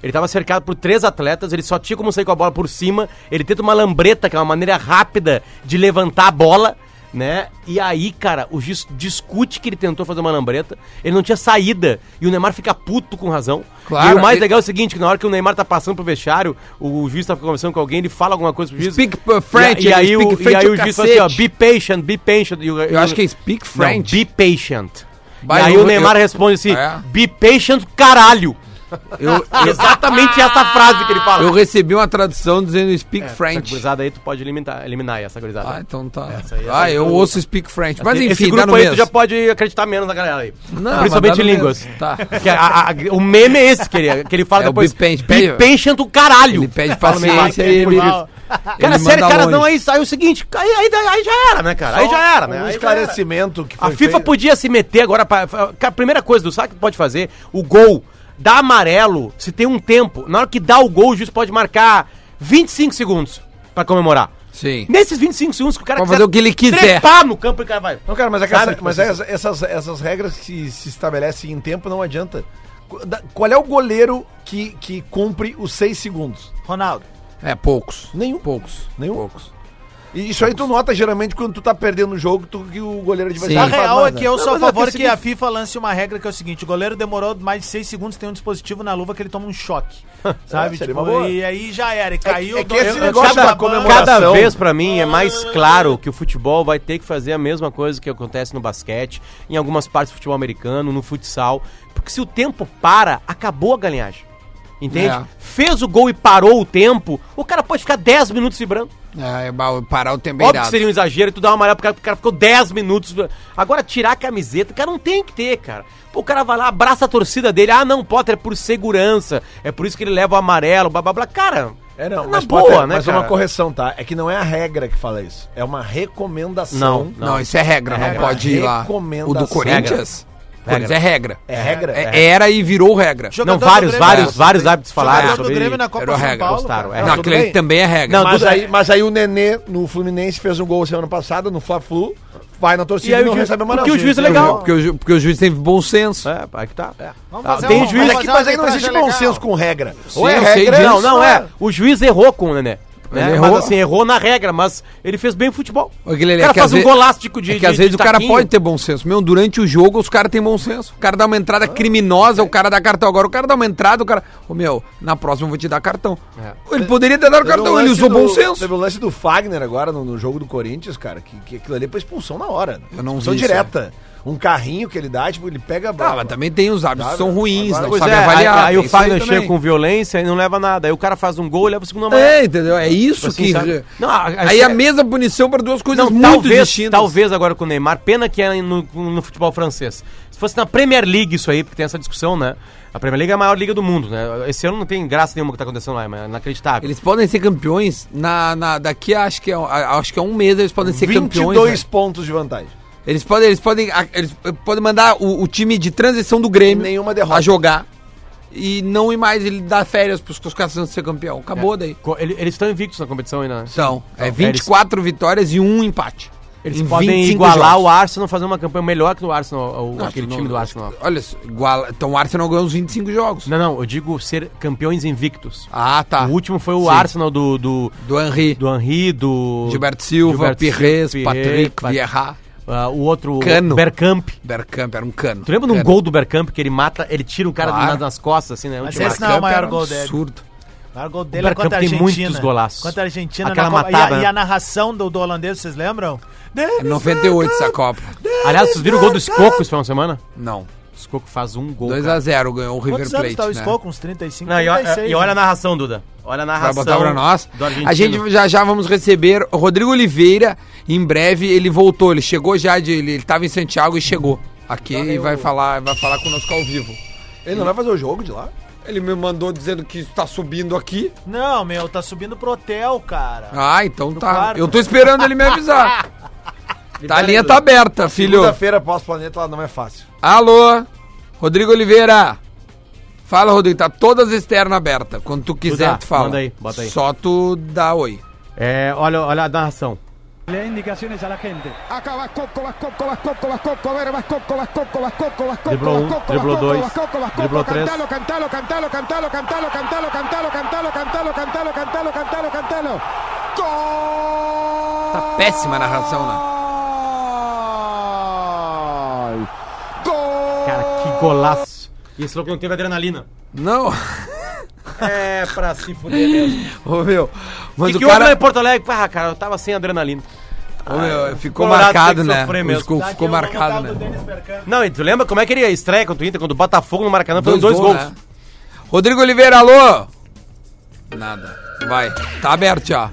S4: Ele tava cercado por três atletas, ele só tinha como sair com a bola por cima. Ele tenta uma lambreta, que é uma maneira rápida de levantar a bola. né? E aí, cara, o Gis discute que ele tentou fazer uma lambreta, ele não tinha saída, e o Neymar fica puto com razão.
S2: Claro,
S4: e o mais
S2: ele-
S4: legal é o seguinte, que na hora que o Neymar tá passando pro vestiário, o juiz tá conversando com alguém, ele fala alguma coisa pro juiz.
S2: Speak, uh, French,
S4: e, a- e aí,
S2: ele speak
S4: o, e
S2: French
S4: aí
S2: o
S4: o juiz fala assim, ó,
S2: cacete.
S4: be patient, be patient. E o- e
S2: Eu
S4: o-
S2: acho que é speak French.
S4: não, be patient.
S2: Vai,
S4: e aí
S2: eu
S4: o
S2: vou-
S4: Neymar
S2: eu-
S4: responde assim:
S2: É.
S4: be patient, caralho. [laughs] Exatamente essa frase que ele fala.
S2: Eu recebi uma tradução dizendo speak
S4: É, Essa
S2: French.
S4: gurizada aí tu pode eliminar, eliminar essa gurizada.
S2: Ah, então tá.
S4: aí, essa
S2: ah,
S4: aí
S2: eu
S4: foi-
S2: ouço speak French. Mas
S4: Esse-
S2: enfim,
S4: esse
S2: dá
S4: grupo
S2: no
S4: aí é
S2: mesmo.
S4: tu já pode acreditar menos na galera aí.
S2: Não, mas
S4: Principalmente
S2: dá no
S4: línguas.
S2: mesmo. Tá.
S4: Que a- a- o meme é esse que ele, que ele fala
S2: É o
S4: depois.
S2: be patient,
S4: Be
S2: pede-
S4: patient, o caralho.
S2: Ele pede
S4: Fala, Neymar.
S2: paciência e ele.
S6: Mal.
S4: Cara,
S2: ele
S4: sério,
S2: manda
S4: cara, não,
S2: longe.
S4: aí, aí é o seguinte, aí, aí, aí já era, né, cara? Aí já era, né?
S5: Um
S4: Aí já era.
S5: esclarecimento que
S4: A
S5: foi
S4: FIFA
S5: feito.
S4: podia se meter agora pra. pra- A primeira coisa do sabe o que pode fazer, o gol dá amarelo, se tem um tempo. Na hora que dá o gol, o juiz pode marcar 25 segundos pra comemorar.
S2: Sim.
S4: Nesses 25 segundos que o cara
S2: Pode fazer o que ele quiser.
S4: trepar no campo e o cara vai.
S5: Não, cara, mas, é que essa-
S4: Sabe, tipo
S5: mas
S4: assim,
S5: essa- essas, essas regras que se, se estabelecem em tempo não adianta. Qu- da- Qual é o goleiro que, que cumpre os seis segundos?
S6: Ronaldo.
S2: É, poucos.
S5: Nenhum.
S2: Poucos.
S5: Nenhum.
S2: Poucos.
S5: E isso aí tu nota geralmente quando tu tá perdendo o jogo tu, que o goleiro
S6: Na
S5: adversário
S2: Sim.
S5: faz
S6: real
S5: mais,
S6: é que
S5: né?
S6: eu
S5: Não,
S6: sou a
S5: mas é
S6: favor
S5: é o
S6: que
S5: seguinte,
S6: a FIFA lance uma regra que é o seguinte: o goleiro demorou mais de 6 segundos, tem um dispositivo na luva que ele toma um
S5: [laughs]
S6: choque. Sabe?
S5: É, seria
S6: tipo,
S5: uma boa.
S6: e aí já era. E caiu
S5: é que
S6: dois-
S5: esse
S6: eu-
S5: negócio
S6: cada-
S5: da comemoração-
S4: Cada vez pra mim é mais claro que o futebol vai ter que fazer a mesma coisa que acontece no basquete, em algumas partes do futebol americano, no futsal, porque se o tempo para, acabou a galinhagem. Entende?
S2: É.
S4: Fez o gol e parou o tempo, o cara pode ficar 10 minutos vibrando.
S2: É, ba- parar o tempo é
S4: Óbvio que
S2: irado.
S4: seria um exagero e tu dá uma amarela pro cara, porque o cara ficou 10 minutos. Agora, tirar a camiseta, cara, não tem que ter, cara. Pô, o cara vai lá, abraça a torcida dele. Ah, não, Potter, é por segurança. É por isso que ele leva o amarelo, blá blá blá. Cara,
S5: É, não,
S4: na
S5: mas
S4: boa,
S5: pode ter-
S4: né,
S5: Mas é uma
S4: cara?
S5: correção, tá? É que não é a regra que fala isso. É uma recomendação.
S4: Não,
S2: Não, isso é regra, não
S5: regra.
S2: pode ir lá.
S5: Recomendação.
S2: O do Corinthians? Corinthians é regra.
S5: É regra?
S2: É- Era e virou regra.
S6: Jogador
S4: Não,
S6: do
S4: vários,
S6: Grêmio-
S4: vários,
S6: É.
S4: vários árbitros falaram
S6: Jogador do
S4: sobre
S6: Grêmio na Copa
S2: Era
S6: São
S2: regra,
S6: Paulo.
S4: gostaram,
S6: cara.
S4: é.
S2: Não,
S5: tudo
S2: aquele ali
S5: bem.
S2: também é regra.
S4: Não,
S5: Mas
S4: tudo-
S5: aí, mas aí o Nenê no Fluminense fez um gol semana passada no Fla-Flu, vai na torcida
S4: E aí
S5: e não
S4: o juiz-
S5: recebe amarelo.
S4: porque o juiz é
S5: Entendeu?
S4: legal.
S2: Porque, o, ju- porque o juiz teve bom senso.
S4: É, aí que tá.
S6: Vamos
S4: Ah,
S6: fazer
S4: tem
S6: um-
S4: juiz
S5: Mas,
S6: vamos
S5: é que, mas
S6: fazer uma
S5: é que não existe
S6: arbitragem
S5: bom
S6: legal.
S5: senso com regra.
S2: Sim, eu sei disso.
S4: Não, não é. O juiz errou com o Nené. Né?
S2: Ele
S4: Mas
S2: errou.
S4: assim, errou na regra, mas ele fez bem o futebol.
S2: Aquele ali
S4: o cara
S2: é que
S4: faz
S2: às ve-
S4: um golaço de, de
S2: é que às
S4: de-
S2: vezes
S4: de
S2: o cara
S4: taquinho.
S2: pode ter bom senso. Meu, durante o jogo os caras têm bom senso. O cara dá uma entrada criminosa, o cara dá cartão. Agora o cara dá uma entrada, o cara. Ô meu, na próxima eu vou te dar cartão.
S4: É.
S2: Ele poderia ter dado
S5: Teve um
S2: cartão, ele
S5: lance
S2: usou bom
S5: do-
S2: senso.
S5: Teve um- o lance do Fagner agora no, no jogo do Corinthians, cara, que, que aquilo ali é pra expulsão na hora.
S2: Eu não
S5: Expulsão
S2: vi isso, é.
S5: direta. Um carrinho que ele dá, tipo, ele pega a
S2: Ah, mas também tem os hábitos que são ruins,
S5: Agora,
S2: não
S4: Pois
S2: sabe
S4: é,
S2: avaliar.
S4: aí, aí o
S2: Tem isso aí
S4: Fagner chega
S2: também.
S4: com violência e não leva nada. Aí o cara faz um gol e leva o segundo amarelo.
S2: É, entendeu? É isso
S4: Assim,
S2: que.
S4: sabe? Não, a- a-
S2: aí a mesma punição para duas coisas
S4: Não,
S2: muito
S4: talvez,
S2: distintas.
S4: talvez agora com o Neymar, pena que é no, no futebol francês. Se fosse na Premier League isso aí, porque tem essa discussão, né? A Premier League é a maior liga do mundo, né? Esse ano não tem graça nenhuma que tá acontecendo lá, é inacreditável.
S2: Eles podem ser campeões na, na- daqui a, acho que é, a- acho que é um mês eles podem ser campeões.
S5: 22
S2: velho.
S5: pontos de vantagem.
S2: Eles podem eles podem a- eles podem mandar o, o time de transição do Grêmio
S5: Nenhuma derrota.
S2: a jogar e não ir mais ele dar férias para os caras antes de ser campeão. Acabou daí.
S4: É. Co- ele- Eles estão invictos na competição ainda. né?
S2: Então, é 24 vitórias e um empate.
S4: Eles
S2: Em
S4: podem
S2: 25
S4: igualar
S2: jogos.
S4: o Arsenal, fazer uma campanha melhor que o Arsenal, o,
S2: Não,
S4: aquele
S2: não,
S4: time do
S2: não,
S4: Arsenal.
S2: Olha, só, iguala, então o Arsenal ganhou uns 25 jogos.
S4: Não, não, eu digo ser campeões invictos.
S2: Ah, tá.
S4: O último foi o
S2: Sim.
S4: Arsenal do, do,
S2: do Henry,
S4: do Henry, do...
S2: Gilberto Silva,
S4: Tipo, Gilberto
S2: Pires,
S4: Silva,
S2: Patrick,
S4: Pat-
S2: Vieira,
S4: ah, o outro,
S2: Cano.
S4: Bergkamp.
S2: Bergkamp, era um cano.
S4: Tu lembra de um
S2: Cano.
S4: gol do Bergkamp que ele mata, ele tira o cara
S2: Claro.
S4: na- nas costas, assim, né?
S6: Mas
S4: Um
S6: esse
S4: time-
S6: não é o
S2: Bergkamp
S6: maior
S2: era um
S6: gol dele.
S2: Absurdo.
S6: O gol
S4: O
S6: dele é
S4: Bergkamp
S6: contra a
S4: tem
S6: Argentina.
S4: muitos golaços.
S6: Contra a Argentina.
S4: Aquela
S6: na Copa-
S4: matada,
S6: e, a,
S4: né?
S6: e a narração do, do holandês, vocês lembram?
S5: É
S2: É 98 essa Copa.
S4: Aliás, vocês viram o gol do Escoco esse final de semana?
S2: Não.
S4: O Escoco faz um gol. cara.
S2: 2x0 ganhou o River
S6: Quantos anos
S2: Plate.
S6: tá o
S2: né?
S6: Escoco? Uns 35,
S4: Não, e, olha,
S6: 36.
S4: e olha a narração, Duda. Olha a
S2: Vai
S4: narração.
S2: botar pra nós.
S4: do argentino.
S2: A gente já já vamos receber o Rodrigo Oliveira. Em breve ele voltou. Ele chegou já de. Ele, ele tava em Santiago e chegou aqui e vai falar, vai falar conosco ao vivo.
S5: Ele não vai fazer o jogo de lá?
S2: Ele me mandou dizendo que está subindo aqui.
S6: Não, meu, tá subindo pro hotel, cara.
S2: Ah, então tá.
S6: quarto.
S2: Eu tô esperando ele me avisar. tá, a linha tá aberta, filho.
S5: Segunda-feira pós-planeta lá não é fácil.
S2: Alô, Rodrigo Oliveira. Fala, Rodrigo. Tá todas externas abertas. Quando tu quiser,
S4: Duda,
S2: tu fala.
S4: Tá, manda aí, bota aí.
S2: Só tu dá oi.
S4: É, olha, olha a narração.
S8: Acá va Coco, va Coco, va Coco, va Coco, a ver, va Coco, va Coco, va Coco, va Coco,
S4: Dribló
S8: va
S4: un,
S8: Coco, va
S4: dribló
S8: Coco,
S4: dos,
S8: va Coco, va Coco,
S4: dribló tres.
S8: cantalo, cantalo, cantalo, cantalo, cantalo, cantalo, cantalo, cantalo, cantalo, cantalo, cantalo, cantalo, cantalo. Gol!
S2: Tá péssima a narração, né?
S8: Gol!
S4: Golaço. E esse louco não teve
S8: [laughs]
S4: adrenalina.
S2: Não, [laughs]
S4: É, pra se [laughs] fuder mesmo.
S2: ô meu. Mas
S4: E que
S2: o
S4: houve lá
S2: cara.
S4: em Porto Alegre? Ah, cara, eu tava sem adrenalina.
S2: Ô, meu, ficou
S4: Colorado
S2: marcado,
S4: tem que
S2: né?
S4: sofrer mesmo.
S2: Os gol-
S6: Tá aqui,
S2: Ficou
S6: eu vou botar
S2: marcado,
S6: o do
S2: né?
S6: Denis Bergkamp.
S4: Não, e tu lembra como é que ele ia estreia contra o Inter, quando o Botafogo no Maracanã foi dois, dois gols.
S2: né? Rodrigo Oliveira, alô? Nada. Vai. Tá aberto já.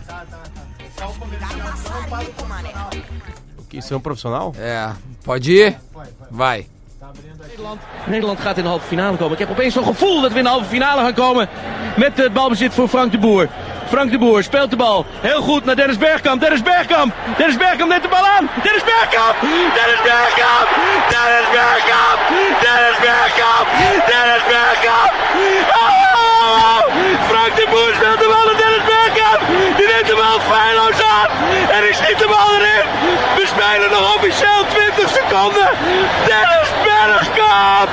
S4: Que Isso é um profissional?
S2: É. Pode ir? Vai.
S9: Nederland gaat in de halve finale komen. Ik heb opeens zo'n gevoel dat we in de halve finale gaan komen. Met het balbezit voor Frank de Boer. Frank de Boer speelt de bal heel goed naar Dennis Bergkamp. Dennis Bergkamp. Dennis Bergkamp neemt de bal aan. Dennis Bergkamp. Dennis Bergkamp. Dennis Bergkamp. Dennis Bergkamp. Dennis Bergkamp. Oh! Frank de Boer speelt de bal naar Dennis Bergkamp. Die neemt de bal feilloos aan. En ik schiet de bal erin. We spelen nog officieel 20 seconden. Dennis Bergkamp.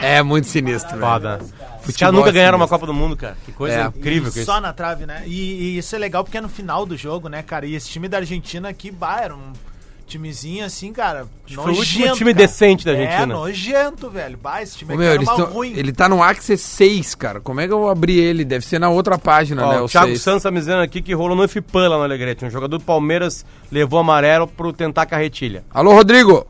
S9: 2-1.
S2: É muito sinistro, velho.
S4: Foda. Os caras nunca ganharam uma Copa do Mundo, cara. Que coisa
S2: assim É.
S4: incrível que
S6: E
S4: isso.
S6: Só na trave, né? E, e isso é legal porque é no final do jogo, né, cara? E esse time da Argentina aqui, bah, era um timezinho assim, cara.
S4: foi o último time decente da Argentina.
S6: É, nojento, velho. Bah, esse time
S2: Ô,
S6: aqui
S2: meu,
S6: era
S2: eles
S6: mal
S2: tão,
S6: ruim.
S2: ele tá no Axis 6, cara. Como é que eu vou abrir ele? Deve ser na outra página, né?
S4: Ó,
S2: o
S4: o Thiago
S2: seis.
S4: Santos tá me dizendo aqui que rolou no FIPAN lá no Alegrete. Um jogador do Palmeiras levou amarelo pro tentar carretilha.
S2: Alô, Rodrigo.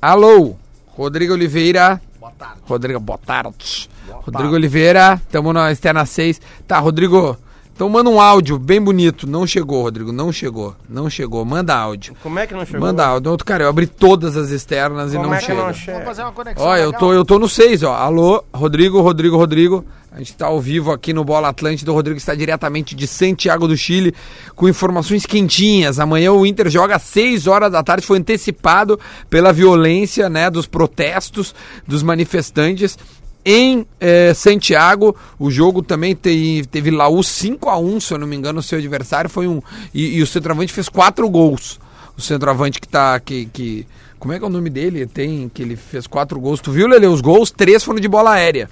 S2: Alô, Rodrigo Oliveira. Boa tarde. Rodrigo, boa tarde. Rodrigo Oliveira, tamo na externa 6. Tá, Rodrigo, então manda um áudio bem bonito. Não chegou, Rodrigo, não chegou, não chegou. Manda áudio.
S4: Como é que não chegou?
S2: Manda áudio. Outro cara, eu abri todas as externas e
S4: Como
S2: não
S4: é que
S2: chega.
S4: não
S6: Vamos
S4: chega?
S6: fazer uma conexão.
S2: Ó, eu
S6: legal.
S2: tô, eu tô no 6, ó. Alô, Rodrigo, Rodrigo, Rodrigo. A gente tá ao vivo aqui no Bola Atlântida. O Rodrigo está diretamente de Santiago do Chile com informações quentinhas. Amanhã o Inter joga às 6 horas da tarde. Foi antecipado pela violência, né, dos protestos dos manifestantes. Em eh, Santiago, o jogo também te- teve Laú 5x1, se eu não me engano, o seu adversário foi um. E, e o centroavante fez quatro gols. O centroavante que tá. Que, que, como é que é o nome dele? Tem. Que ele fez quatro gols. Tu viu, Lele? Os gols, três foram de bola aérea.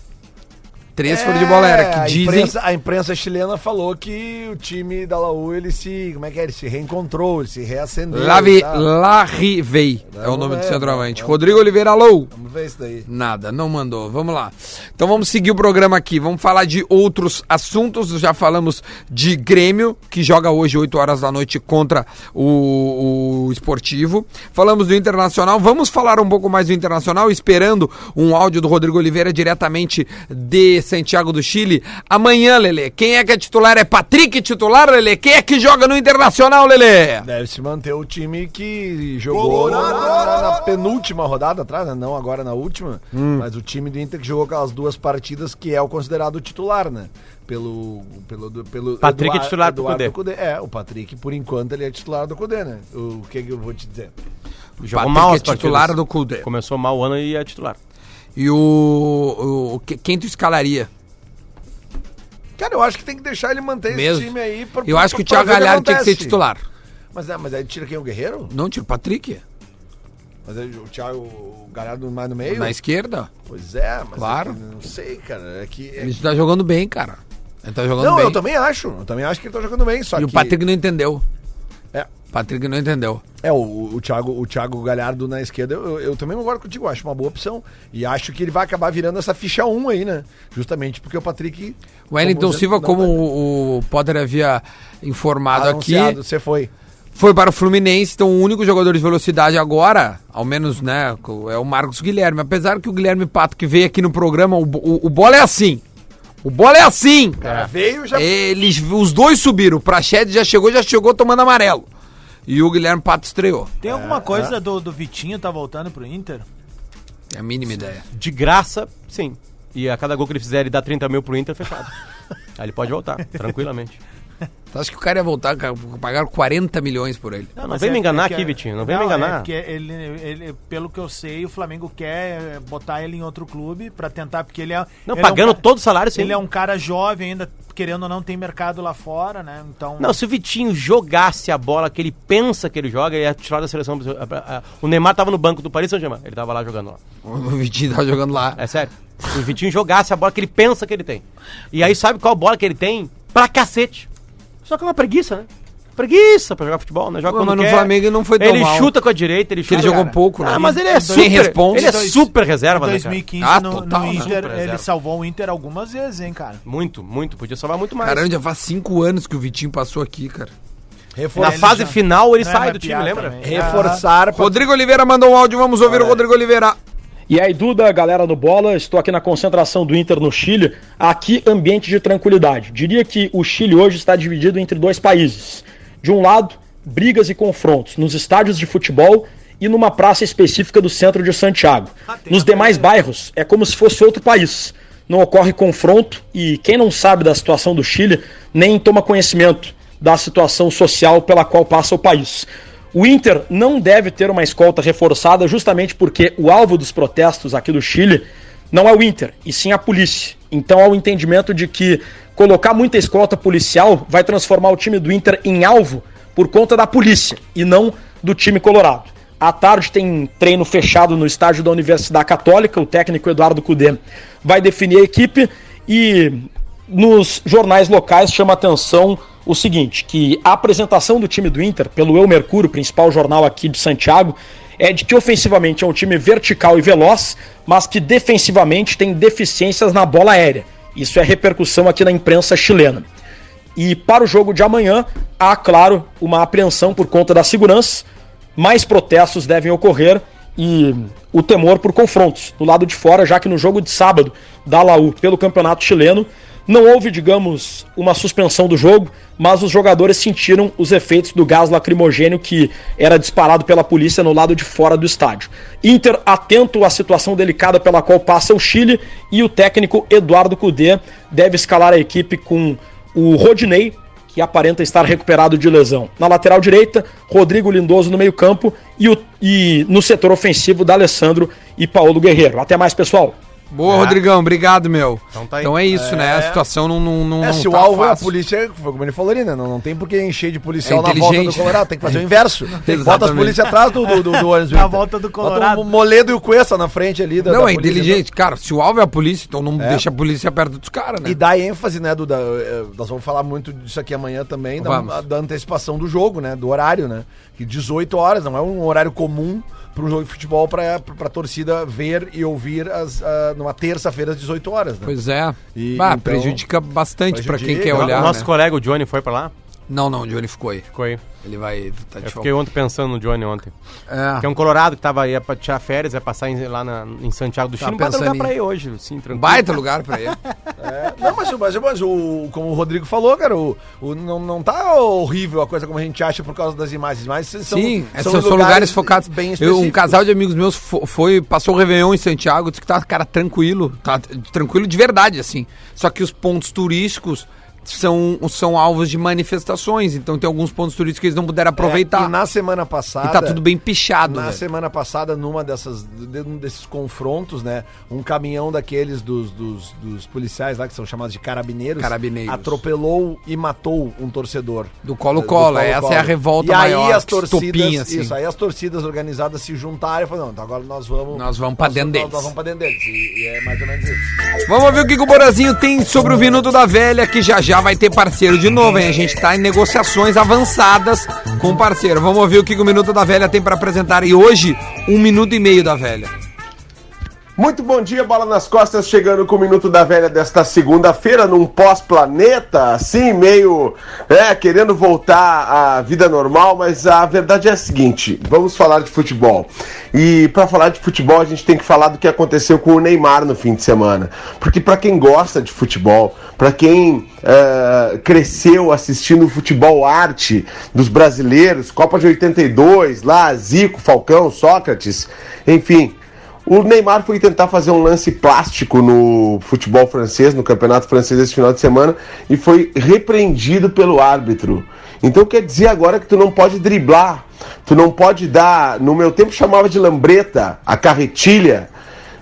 S2: Três foram de bola aérea.
S5: É, a
S2: Que dizem.
S5: imprensa, a imprensa chilena falou que o time da Laú, ele se, como é que é, ele se reencontrou, ele se reacendeu. tá?
S2: Lave,
S5: e tal.
S2: Larrivei é o
S5: Não
S2: nome do
S5: é,
S2: centroavante.
S5: não, não.
S2: Rodrigo Oliveira, alô.
S5: Vamos ver isso daí.
S2: Nada, não mandou. Vamos lá. Então vamos seguir o programa aqui. Vamos falar de outros assuntos. Já falamos de Grêmio, que joga hoje 8 horas da noite contra o, o Esportivo. Falamos do Internacional. Vamos falar um pouco mais do Internacional, esperando um áudio do Rodrigo Oliveira diretamente de Santiago do Chile. Amanhã, Lele. Quem é que é titular? É Patrick titular, Lele? Quem é que joga no Internacional, Lele?
S5: Deve se manter o time que jogou na, na- na penúltima rodada atrás, né? não agora na última, mas o time do Inter que jogou aquelas duas partidas que é o considerado titular, né? Pelo. pelo, do- pelo
S4: Patrick é titular do
S5: Eduardo
S4: Cudê.
S5: É, o Patrick, por enquanto, ele é titular do Cudê, né? O que, que eu vou te dizer?
S4: Jogou
S2: Patrick
S4: mal
S2: é
S4: as partidas.
S2: titular do Cudê.
S4: Começou mal o ano e é titular.
S2: E o, o que- quem tu escalaria?
S5: Cara, eu acho que tem que deixar ele manter
S2: Mesmo.
S5: esse time aí. pra-
S2: Eu acho que o
S5: pra- pra
S2: Thiago
S5: ver
S2: Galhardo tinha que ser
S5: acontece.
S2: titular.
S5: Mas, é, mas aí tira quem? O Guerreiro?
S2: Não, tira o Patrick.
S5: Mas aí o Thiago, o Galhardo mais no meio?
S2: Na esquerda.
S5: Pois é, mas. é
S2: Claro.
S5: que não sei, cara. É que. é
S2: Ele tá jogando bem, cara. Ele tá jogando
S5: Não,
S2: bem.
S5: eu também acho. Eu também acho que ele tá jogando bem, só
S2: E
S5: que...
S2: o Patrick não entendeu.
S5: É.
S2: O Patrick não entendeu.
S5: É, o, o, Thiago, o Thiago Galhardo na esquerda, eu, eu- eu também concordo contigo, acho uma boa opção. E acho que ele vai acabar virando essa ficha 1 aí, né? Justamente porque o Patrick...
S2: O Wellington
S5: como-
S2: Silva,
S5: não- tá
S2: como o, o Potter havia informado aqui,
S5: anunciado, Você foi.
S2: foi para o Fluminense. Então, o único jogador de velocidade agora, ao menos, né, é o Marcos Guilherme. Apesar que o Guilherme Pato, que veio aqui no programa, o, bo- o, o bola é assim. O bola é assim.
S5: Veio já...
S2: Eles, os dois subiram. O Prachete já chegou, já chegou tomando amarelo. E o Guilherme Pato estreou.
S6: Tem
S4: É,
S6: alguma coisa do, do Vitinho tá voltando pro Inter?
S2: É a mínima ideia.
S4: De graça, sim. E a cada gol que ele fizer, ele dá 30 mil pro
S2: [laughs]
S4: Inter, fechado. Aí ele pode voltar, tranquilamente.
S2: Tu acha que o cara ia voltar? cara? Pagaram 40 milhões por ele. [laughs]
S4: Tá, Não,
S6: mas
S4: vem
S6: é-
S4: me enganar
S6: é que-
S4: aqui, Vitinho. Não vem me enganar.
S6: É porque ele, ele- pelo que eu sei, o Flamengo quer botar ele em outro clube pra tentar, porque ele é.
S4: Não,
S6: ele é um
S4: pagando
S6: ca-
S4: todo o salário, sim.
S6: Ele é um cara jovem ainda, querendo ou não, tem mercado lá fora, né? Então.
S4: Não, se o Vitinho jogasse a bola que ele pensa que ele joga, ele ia tirar da seleção. a- a- O Neymar tava no banco do Paris Saint-Germain. Ele tava lá jogando lá.
S2: O Vitinho tá jogando lá.
S4: É sério. Se o Vitinho jogasse a bola que ele pensa que ele tem. E aí sabe qual bola que ele tem? Pra cacete. Só que é uma preguiça, né? preguiça pra jogar futebol, né? Joga
S2: Pô,
S4: quando
S2: mas no
S4: quer.
S2: Flamengo ele não foi tão
S4: Ele
S2: mal.
S4: chuta com a direita, ele chuta.
S2: ele jogou pouco, né?
S4: Ah, mas ele é
S2: Quem
S4: super.
S2: responde?
S4: Ele é
S6: Dois-
S4: super reserva, né, cara?
S6: 2015
S2: Ah,
S6: no, no
S2: total, né?
S6: Inter,
S4: Super
S6: ele
S4: reserva.
S6: salvou o Inter algumas vezes, hein, cara.
S4: Muito, muito. Podia salvar muito mais.
S2: Caramba, já faz cinco anos que o Vitinho passou aqui, cara.
S4: Na
S6: ele
S4: fase
S6: já-
S4: final ele
S6: Não é
S4: sai
S6: mais
S4: do time,
S6: piada
S4: lembra?
S6: também.
S2: é-
S5: Reforçar pra
S2: Rodrigo Oliveira mandou um áudio, vamos ouvir o Rodrigo Oliveira.
S10: E aí, Duda, galera do Bola, estou aqui na concentração do Inter no Chile. Aqui, ambiente de tranquilidade. Diria que o Chile hoje está dividido entre dois países. De um lado, brigas e confrontos nos estádios de futebol e numa praça específica do centro de Santiago. Nos demais bairros, é como se fosse outro país. Não ocorre confronto e quem não sabe da situação do Chile nem toma conhecimento da situação social pela qual passa o país. O Inter não deve ter uma escolta reforçada justamente porque o alvo dos protestos aqui do Chile não é o Inter, e sim a polícia. Então há o entendimento de que colocar muita escolta policial vai transformar o time do Inter em alvo por conta da polícia e não do time colorado. À tarde tem treino fechado no estádio da Universidade Católica, o técnico Eduardo Cudê vai definir a equipe e nos jornais locais chama atenção o seguinte, que a apresentação do time do Inter, pelo Eu Mercúrio, principal jornal aqui de Santiago, é de que ofensivamente é um time vertical e veloz, mas que defensivamente tem deficiências na bola aérea. Isso é repercussão aqui na imprensa chilena. E para o jogo de amanhã, há, claro, uma apreensão por conta da segurança. Mais protestos devem ocorrer e o temor por confrontos do lado de fora, já que no jogo de sábado da Laú pelo Campeonato Chileno não houve, digamos, uma suspensão do jogo, mas os jogadores sentiram os efeitos do gás lacrimogênio que era disparado pela polícia no lado de fora do estádio. Inter atento à situação delicada pela qual passa o Chile e o técnico Eduardo Cudê deve escalar a equipe com o Rodinei, que aparenta estar recuperado de lesão. Na lateral direita, Rodrigo Lindoso no meio-campo e, o- e no setor ofensivo, D'Alessandro e Paulo Guerreiro. Até mais, pessoal.
S2: Boa, Rodrigão, obrigado, meu. Então,
S4: tá aí.
S2: é isso, né? A situação não, não, não,
S5: É,
S2: não
S5: se o
S2: tá
S5: alvo é a
S2: fácil.
S5: polícia, foi como ele falou ali, né? Não, não tem por que encher de policial
S2: É
S5: na volta do
S2: inteligente.
S5: Colorado, tem que
S2: [laughs]
S5: fazer o inverso. Tem que bota as
S2: Exatamente.
S5: polícias atrás do, do, do,
S2: [laughs]
S5: do ônibus.
S6: Na volta do Colorado.
S5: Bota o Moledo e o Cuesta na frente ali. Da,
S2: Não,
S5: da
S2: é
S5: polícia.
S2: inteligente. Cara, se o alvo é a polícia, então não
S5: É.
S2: deixa a polícia perto dos caras, né?
S5: E dá ênfase, né, Duda? eh, Nós vamos falar muito disso aqui amanhã também, da,
S2: Vamos.
S5: da antecipação do jogo, né? Do horário, né? Que 18 horas não é um horário comum para um jogo de futebol para a torcida ver e ouvir as, ah, numa terça-feira às 18 horas, né?
S2: Pois é.
S5: E,
S2: Bah,
S5: então,
S2: prejudica bastante pra quem
S5: prejudica.
S2: quer
S5: O
S2: olhar.
S4: o nosso
S2: né?
S4: colega, o Johnny, foi pra lá?
S2: Não, não, o Johnny ficou aí.
S4: Ficou aí.
S2: Ele vai. Tá de folga.
S4: Eu É, fiquei ontem pensando no Johnny ontem.
S2: É.
S4: Que é um colorado que tava ia pra tirar férias, ia passar em- lá na- em Santiago do Chile. Um baita
S2: pensando
S4: lugar
S2: em-
S4: pra ir hoje, sim, tranquilo.
S2: Um Baita lugar pra ele.
S5: Não, mas, mas, mas o, como o Rodrigo falou, cara, o, o- não, não tá horrível a coisa como a gente acha por causa das imagens, mas são,
S2: Sim, é, são, são lugares, focados.
S5: bem
S2: Eu, um
S5: específicos.
S2: casal de amigos meus fo- foi, passou o Réveillon em Santiago, disse que tá, cara, tranquilo. Tá t- tranquilo de verdade, assim. Só que os pontos turísticos são, são alvos de manifestações. Então tem alguns pontos turísticos que eles não puderam
S5: É,
S2: aproveitar.
S5: e
S2: e,
S5: na semana passada.
S2: tá tudo bem pichado,
S5: Na
S2: né?
S5: semana passada, numa dessas, de- um desses confrontos, né? Um caminhão daqueles dos, dos, dos policiais lá, que são chamados de carabineiros,
S2: Carabineiros.
S5: atropelou e matou um torcedor.
S2: Do Colo-Colo,
S5: Do
S2: essa é a revolta
S5: e aí
S2: maior,
S5: As torcidas,
S2: estopim, assim.
S5: Isso, aí as torcidas organizadas se juntaram e falaram, não, então agora nós vamos...
S2: Nós vamos pra dentro
S5: nós-
S2: deles.
S5: Nós vamos pra dentro deles. E, e é mais ou menos isso.
S2: Vamos ver o que, que o Borazinho tem sobre o Vinudo da Velha, que já já vai ter parceiro de novo, hein? A gente tá em negociações avançadas com o parceiro. Vamos ouvir o que, que o Minuto da Velha tem pra apresentar. E hoje, um minuto e meio da Velha.
S11: Muito bom dia, bola nas costas, chegando com o Minuto da Velha desta segunda-feira, num pós-planeta, assim, meio é, querendo voltar à vida normal, mas a verdade é a seguinte: vamos falar de futebol. E para falar de futebol, a gente tem que falar do que aconteceu com o Neymar no fim de semana. Porque para quem gosta de futebol, para quem eh, cresceu assistindo o futebol arte dos brasileiros, Copa de 82, lá, Zico, Falcão, Sócrates, enfim. O Neymar foi tentar fazer um lance plástico no futebol francês, no campeonato francês esse final de semana, e foi repreendido pelo árbitro. Então quer dizer agora que tu não pode driblar, tu não pode dar, no meu tempo chamava de lambreta, a carretilha,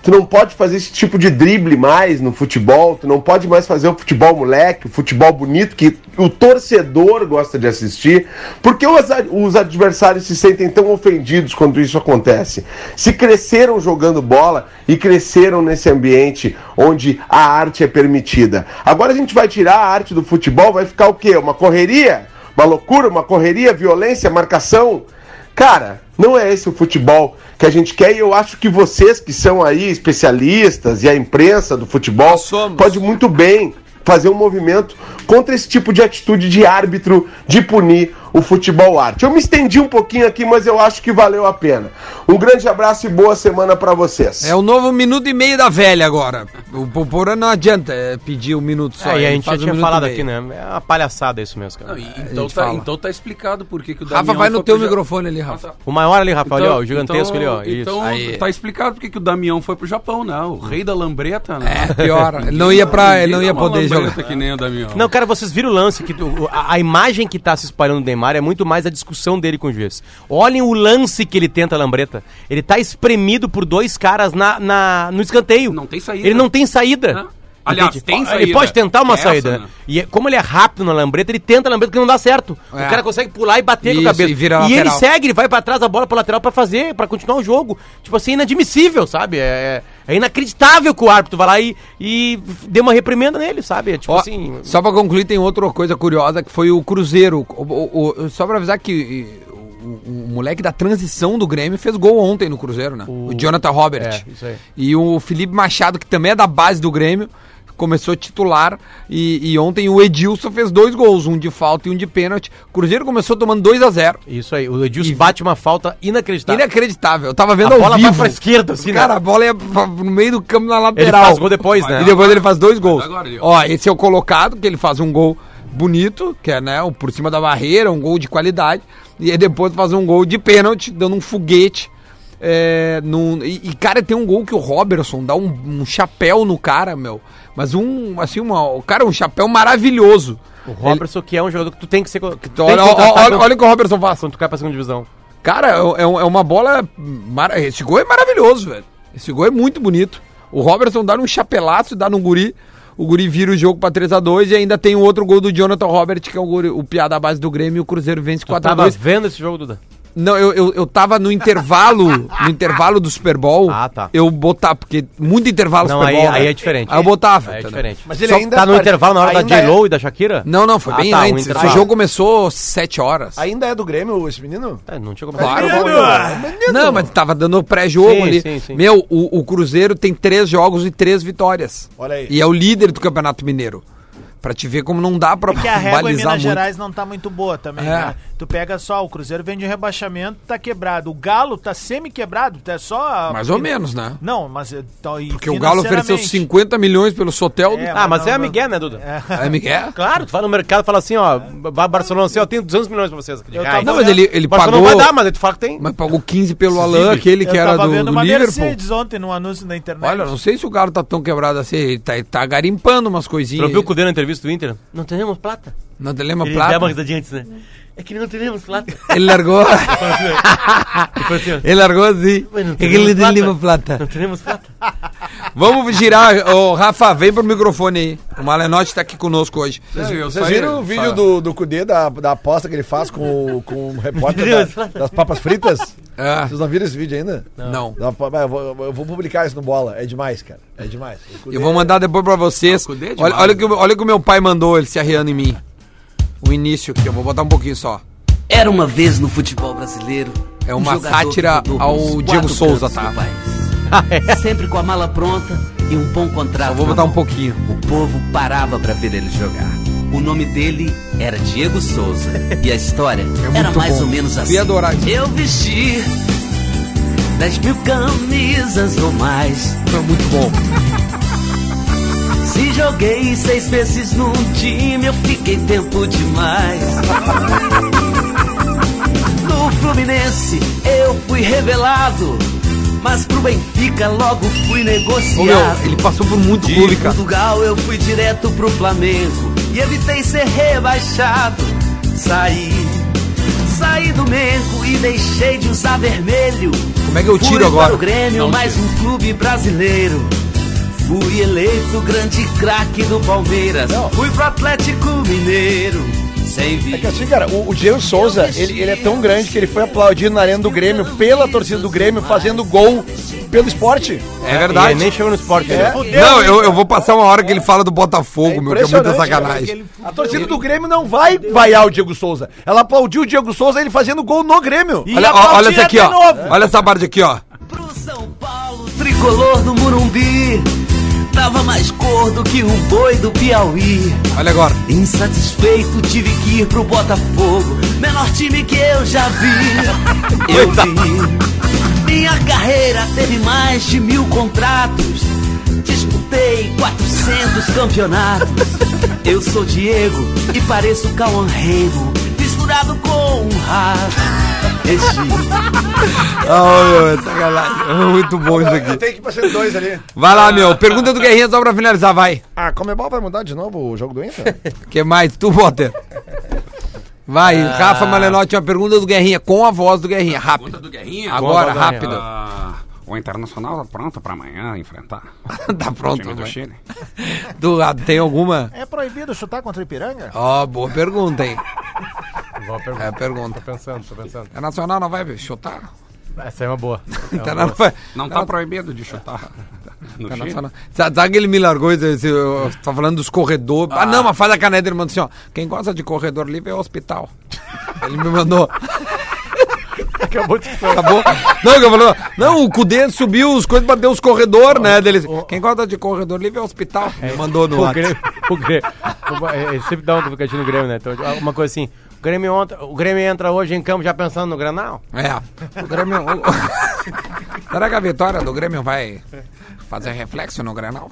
S11: tu não pode fazer esse tipo de drible mais no futebol, tu não pode mais fazer o futebol moleque, o futebol bonito que o torcedor gosta de assistir, porque os, a- os adversários se sentem tão ofendidos quando isso acontece. Se cresceram jogando bola e cresceram nesse ambiente onde a arte é permitida. Agora a gente vai tirar a arte do futebol, vai ficar o quê? Uma correria? uma loucura, uma correria, violência, marcação. Cara, não é esse o futebol que a gente quer e eu acho que vocês que são aí especialistas e a imprensa do futebol pode muito bem fazer um movimento contra esse tipo de atitude de árbitro de punir o futebol arte. Eu me estendi um pouquinho aqui, mas eu acho que valeu a pena. Um grande abraço e boa semana para vocês.
S2: É o novo minuto e meio da velha agora. O Popora não adianta é, pedir um minuto só.
S4: É, e a
S2: ele
S4: gente já
S2: faz um
S4: tinha
S2: minuto e
S4: falado
S2: meio.
S4: aqui, né? É uma palhaçada isso mesmo, cara.
S12: Então
S2: gente
S12: tá,
S2: fala.
S12: então tá explicado por que, que o
S2: Rafa,
S12: Damião.
S2: vai no
S12: foi
S2: teu
S12: pro Ja- Ah, tá.
S2: microfone ali, Rafa.
S4: O maior ali, Rafa, ali, ó, o gigantesco
S12: então,
S4: ali, ó.
S12: Então
S4: isso.
S12: tá explicado por que que o Damião foi pro Japão, né? O rei da lambreta, né? É,
S2: pior. Ele não ia pra- ele não ia poder jogar.
S12: que nem o Damião.
S4: Não, cara, vocês viram o lance que tu- a, a imagem que tá se espalhando do Neymar é muito mais a discussão dele com o juiz. Olhem o lance que ele tenta a lambreta. Ele tá espremido por dois caras na, na- no escanteio. Não tem
S12: saída.
S4: Ele não tem saída.
S12: Aliás, tem
S4: Ele
S12: saída.
S4: pode tentar uma
S12: Essa,
S4: saída.
S12: né?
S4: E é- como ele é rápido na lambreta, ele tenta a lambreta que não dá certo.
S2: É.
S4: O cara consegue pular e bater com
S2: Isso,
S4: a cabeça.
S2: e vira lateral.
S4: ele segue, ele vai pra trás a bola pro lateral pra fazer, pra continuar o jogo. Tipo assim, é inadmissível, sabe? É, é inacreditável que o árbitro vai lá e, e dê uma reprimenda nele, sabe? É tipo
S2: Ó,
S4: assim.
S2: Só pra concluir, tem outra coisa curiosa que foi o Cruzeiro. O- o- o- só pra avisar que e, o, o- o moleque da transição do Grêmio fez gol ontem no Cruzeiro, né? O, Jonathan Robert.
S4: É, isso aí.
S2: E o Felipe Machado, que também é da base do Grêmio, começou titular. E, e ontem o Edilson fez dois gols, um de falta e um de pênalti. O Cruzeiro começou tomando 2 a 0
S4: Isso aí, o Edilson bate uma falta inacreditável.
S2: Inacreditável. Eu tava vendo
S4: Tá. A
S2: ao
S4: bola vai
S2: vivo.
S4: pra esquerda, assim, né?
S2: Cara, a bola ia pra- no meio do campo na lateral.
S4: faz gol depois, né?
S2: E depois ele faz dois gols.
S12: agora ele,
S2: Ó, esse é o colocado, que ele faz um gol bonito, que é, né, um por cima da barreira, um gol de qualidade. E aí depois faz um gol de pênalti, dando um foguete. É, num- e, e, cara, tem um gol que o Robertson dá um, um chapéu no cara, meu. Mas um, assim, uma, o cara, um chapéu maravilhoso. Então,
S4: O Robertson, que é um jogador que tu tem que ser. Que tu
S2: Olha, olha,
S4: tem que contratar
S2: olha,
S4: quando-
S2: olha o que o Robertson faz.
S4: Quando tu cai pra segunda divisão.
S2: Cara, é, é um- é uma bola. Mara... Esse gol é maravilhoso, velho. Esse gol é muito bonito. O Robertson dá um chapelaço, dá num guri. O guri vira o jogo pra 3x2 e ainda tem o outro gol do Jonathan Robert, que é o, guri, o piá da base do Grêmio, e o Cruzeiro vence
S4: Tu tava
S2: 4x2.
S4: vendo esse jogo, Duda?
S2: Não, eu, eu, eu tava no intervalo, no intervalo do Super Bowl. Ah, tá. Eu botava, porque muito intervalo
S4: Não, aí- aí é diferente.
S2: né? Aí eu botava.
S4: Aí é
S2: entendeu?
S4: diferente. Mas
S5: ele
S2: Só-
S5: ainda
S4: tá no
S5: parte-
S4: intervalo na hora da
S5: ainda é-
S4: J-Lo e da Shakira?
S2: Não, não, foi
S4: Ah,
S2: bem
S4: tá, o
S2: antes.
S4: intervalo.
S2: O jogo começou às 7 horas.
S5: Ainda é do Grêmio esse menino?
S4: Tá, não tinha começado.
S2: Claro, Não, mas tava dando pré-jogo
S4: Sim,
S2: ali.
S4: sim, sim.
S2: Meu, o, o Cruzeiro tem três jogos e três vitórias.
S5: Olha aí.
S2: E é o líder do Campeonato Mineiro. Pra te ver como não dá pra
S6: É que a régua em Minas
S2: balizar muito.
S6: Gerais não tá muito boa também,
S2: É.
S6: né? Tu pega só, o Cruzeiro vem de rebaixamento, tá quebrado. O Galo tá semi-quebrado, tá só...
S2: Mais ou menos, né?
S6: Não, mas... eh, Tá, e
S2: Porque o Galo ofereceu
S6: financeiramente.
S2: 50 milhões pelo Sotel.
S6: É,
S4: Ah, mas
S6: não,
S4: é a
S6: não.
S4: Miguel, né, Duda?
S2: É, Miguel?
S4: Claro, tu vai no mercado e fala assim, ó, vai Barcelona, assim, ó, tem 200 milhões pra vocês. De
S6: Eu
S4: reais.
S6: tava-
S2: Não, mas ele, ele
S4: Barcelona
S2: pagou.
S4: não vai dar, mas aí tu fala que tem.
S2: Mas pagou 15 pelo Alain,
S4: Sim,
S2: [laughs] aquele que
S6: Eu
S2: era
S6: tava
S2: do,
S6: vendo
S2: do
S6: uma
S2: Liverpool.
S6: Mercedes ontem num anúncio na internet.
S2: Olha, não sei se o Galo tá tão quebrado assim. Ele tá, tá garimpando umas
S4: Tu
S2: coisinhas.
S4: não viu o Cudê na entrevista do Inter? Não temos plata.
S2: Não tem lema
S4: Ele dá uma
S2: plata.
S4: risadinha antes, né? É que não temos plata.
S2: Ele largou.
S4: Ele falou assim,
S2: [laughs]
S4: ó,
S2: ele largou assim.
S4: Mas não
S2: É que ele
S4: temos
S2: tem
S4: plata.
S2: lema plata.
S4: Não temos [laughs] plata.
S2: Vamos girar, ô Rafa, vem pro microfone aí. O Malenotti tá aqui conosco hoje.
S5: Vocês viram o vídeo do, do Cudê da, da aposta que ele faz com, o- com o repórter [laughs] da- das papas fritas?
S2: Ah,
S5: Vocês não viram esse vídeo ainda?
S2: não.
S5: Da pa- eu, vou, eu vou publicar isso no Bola. É demais, cara. É demais. O Cudê-
S2: Eu vou mandar depois pra vocês.
S12: Ah, o Cudê é demais,
S2: Olha, olha, o que, o- olha o que o meu pai mandou, ele se arreando em mim. O início aqui, eu vou botar um pouquinho só.
S13: Era uma vez no futebol brasileiro. um
S2: É uma
S13: jogador que
S2: sátira
S13: rodou
S2: ao
S13: pelos
S2: Diego
S13: quatro
S2: Souza,
S13: cantos
S2: tá? [laughs] Ah, é.
S13: do país. Sempre com a mala pronta e um bom contrato.
S2: Eu vou
S13: na
S2: botar um
S13: mão.
S2: pouquinho.
S13: O povo parava pra ver ele jogar. O nome dele era Diego Souza. E a
S2: [laughs]
S13: história era
S2: É muito
S13: mais
S2: bom.
S13: ou menos
S2: Eu ia
S13: assim.
S2: adorar isso.
S13: Eu vesti 10 mil camisas ou mais.
S2: Foi muito bom.
S13: Se joguei seis vezes num time, eu fiquei tempo demais. No Fluminense eu fui revelado, mas pro Benfica logo fui
S2: Ô, meu,
S5: assim.
S13: negociado.
S2: ele passou por muito
S13: De
S2: bullying, cara.
S13: Portugal eu fui direto pro Flamengo e evitei ser rebaixado. Saí, saí do Mengo e deixei de usar vermelho.
S2: Como é que eu
S13: Fui
S2: tiro
S13: Para
S2: agora?
S13: o Grêmio, mais um clube brasileiro. Fui eleito grande craque do Palmeiras. Fui pro Atlético Mineiro. Sem
S5: É que
S13: vir.
S5: assim, cara, o, o Diego Souza, ele, ele é tão grande que ele foi aplaudido na arena do Grêmio pela torcida do Grêmio fazendo gol pelo esporte.
S2: É verdade.
S14: Ele nem chegou no esporte. né?
S5: É.
S14: ainda.
S2: Não, eu, eu vou passar uma hora que ele fala do Botafogo, meu, que é muita
S5: Impressionante, né?
S2: sacanagem.
S5: A torcida do Grêmio não vai vaiar o Diego Souza. Ela aplaudiu o Diego Souza ele fazendo gol no Grêmio.
S2: Olha, ó, olha essa aqui, ó. Olha essa parte aqui, ó.
S11: Tricolor do Murumbi Tava mais gordo que o boi do Piauí
S2: Olha agora.
S11: Insatisfeito tive que ir pro Botafogo Menor time que eu já vi Eu vi Minha carreira teve mais de mil contratos Disputei 400 campeonatos Eu sou Diego e pareço Cauan Rego Misturado com um rato Esse
S2: Ah, meu, é sacanagem. [laughs] Muito bom isso aqui.
S5: Tem que passar dois ali.
S2: Vai lá, meu. Pergunta do Guerrinha só pra finalizar, vai.
S5: Ah, Comebol vai mudar de novo o jogo do Inter?
S2: que mais? Tu, Potter. Vai,
S15: Ah.
S2: Rafa Malenotti, uma pergunta do Guerrinha, com a voz do Guerrinha, rápido.
S15: do Guerrinha?
S2: Agora,
S15: Boa,
S2: rápido.
S15: Guerrinha.
S2: [laughs]
S15: Ah, o Internacional tá pronto pra amanhã enfrentar?
S4: Ah.
S2: tá pronto,
S15: O time do
S2: vai.
S15: Chile.
S2: Do lado, tem alguma?
S6: É proibido chutar contra o Ipiranga?
S2: Ó, boa pergunta, hein?
S4: Boa pergunta.
S2: É a pergunta.
S4: Tô pensando, tô pensando.
S2: A Nacional não vai chutar?
S4: Essa é uma
S2: [laughs]
S4: boa. É uma
S2: Tá
S4: boa.
S2: na- vai-
S15: Não tá proibido de chutar. No
S2: Tá na
S15: Chile?
S2: sala. Sabe sabe que ele me largou e disse, eu- eu tá falando dos corredores. Ah, não, mas faz a caneta. Ele mandou assim, ó. Quem gosta de corredor livre é o hospital. Ele me mandou.
S4: Acabou de
S2: Acabou. Não, que eu falou. Não, o Cudê subiu os coisas, bateu os corredores, né? Dele. Quem gosta de corredor livre é o hospital. Me mandou no
S4: o
S2: WhatsApp.
S4: Grêmio, o Grêmio. Como- é, Ele sempre dá um complicadinho no Grêmio, né? Então, uma coisa assim. O Grêmio, entra, o Grêmio entra hoje em campo já pensando no Granal?
S2: É. O Grêmio. o- [laughs] Será que a vitória do Grêmio vai fazer reflexo no Grenal?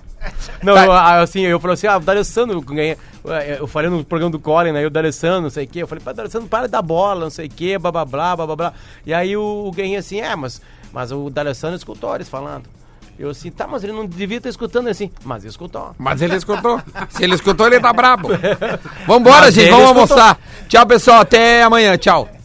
S4: Não,
S14: Tá.
S4: eu, ah, assim, eu falei assim, ah, o D'Alessandro ganha. eh, Eu falei no programa do Colin, aí o D'Alessandro, não sei o quê. Eu falei, pá, D'Alessandro, para de dar bola, não sei o quê, blá, blá, blá, blá, blá, blá. E aí o, o Guerrinha assim, é, mas, mas o D'Alessandro escutou eles falando. Eu assim, tá, mas ele não devia estar escutando ele assim, mas escutou.
S2: Mas ele escutou. Se
S4: [laughs]
S2: ele escutou, ele tá brabo. Vambora,
S4: Mas
S2: gente.
S4: ele
S2: Vamos
S4: escutou.
S2: almoçar. Tchau, pessoal. Até amanhã. Tchau.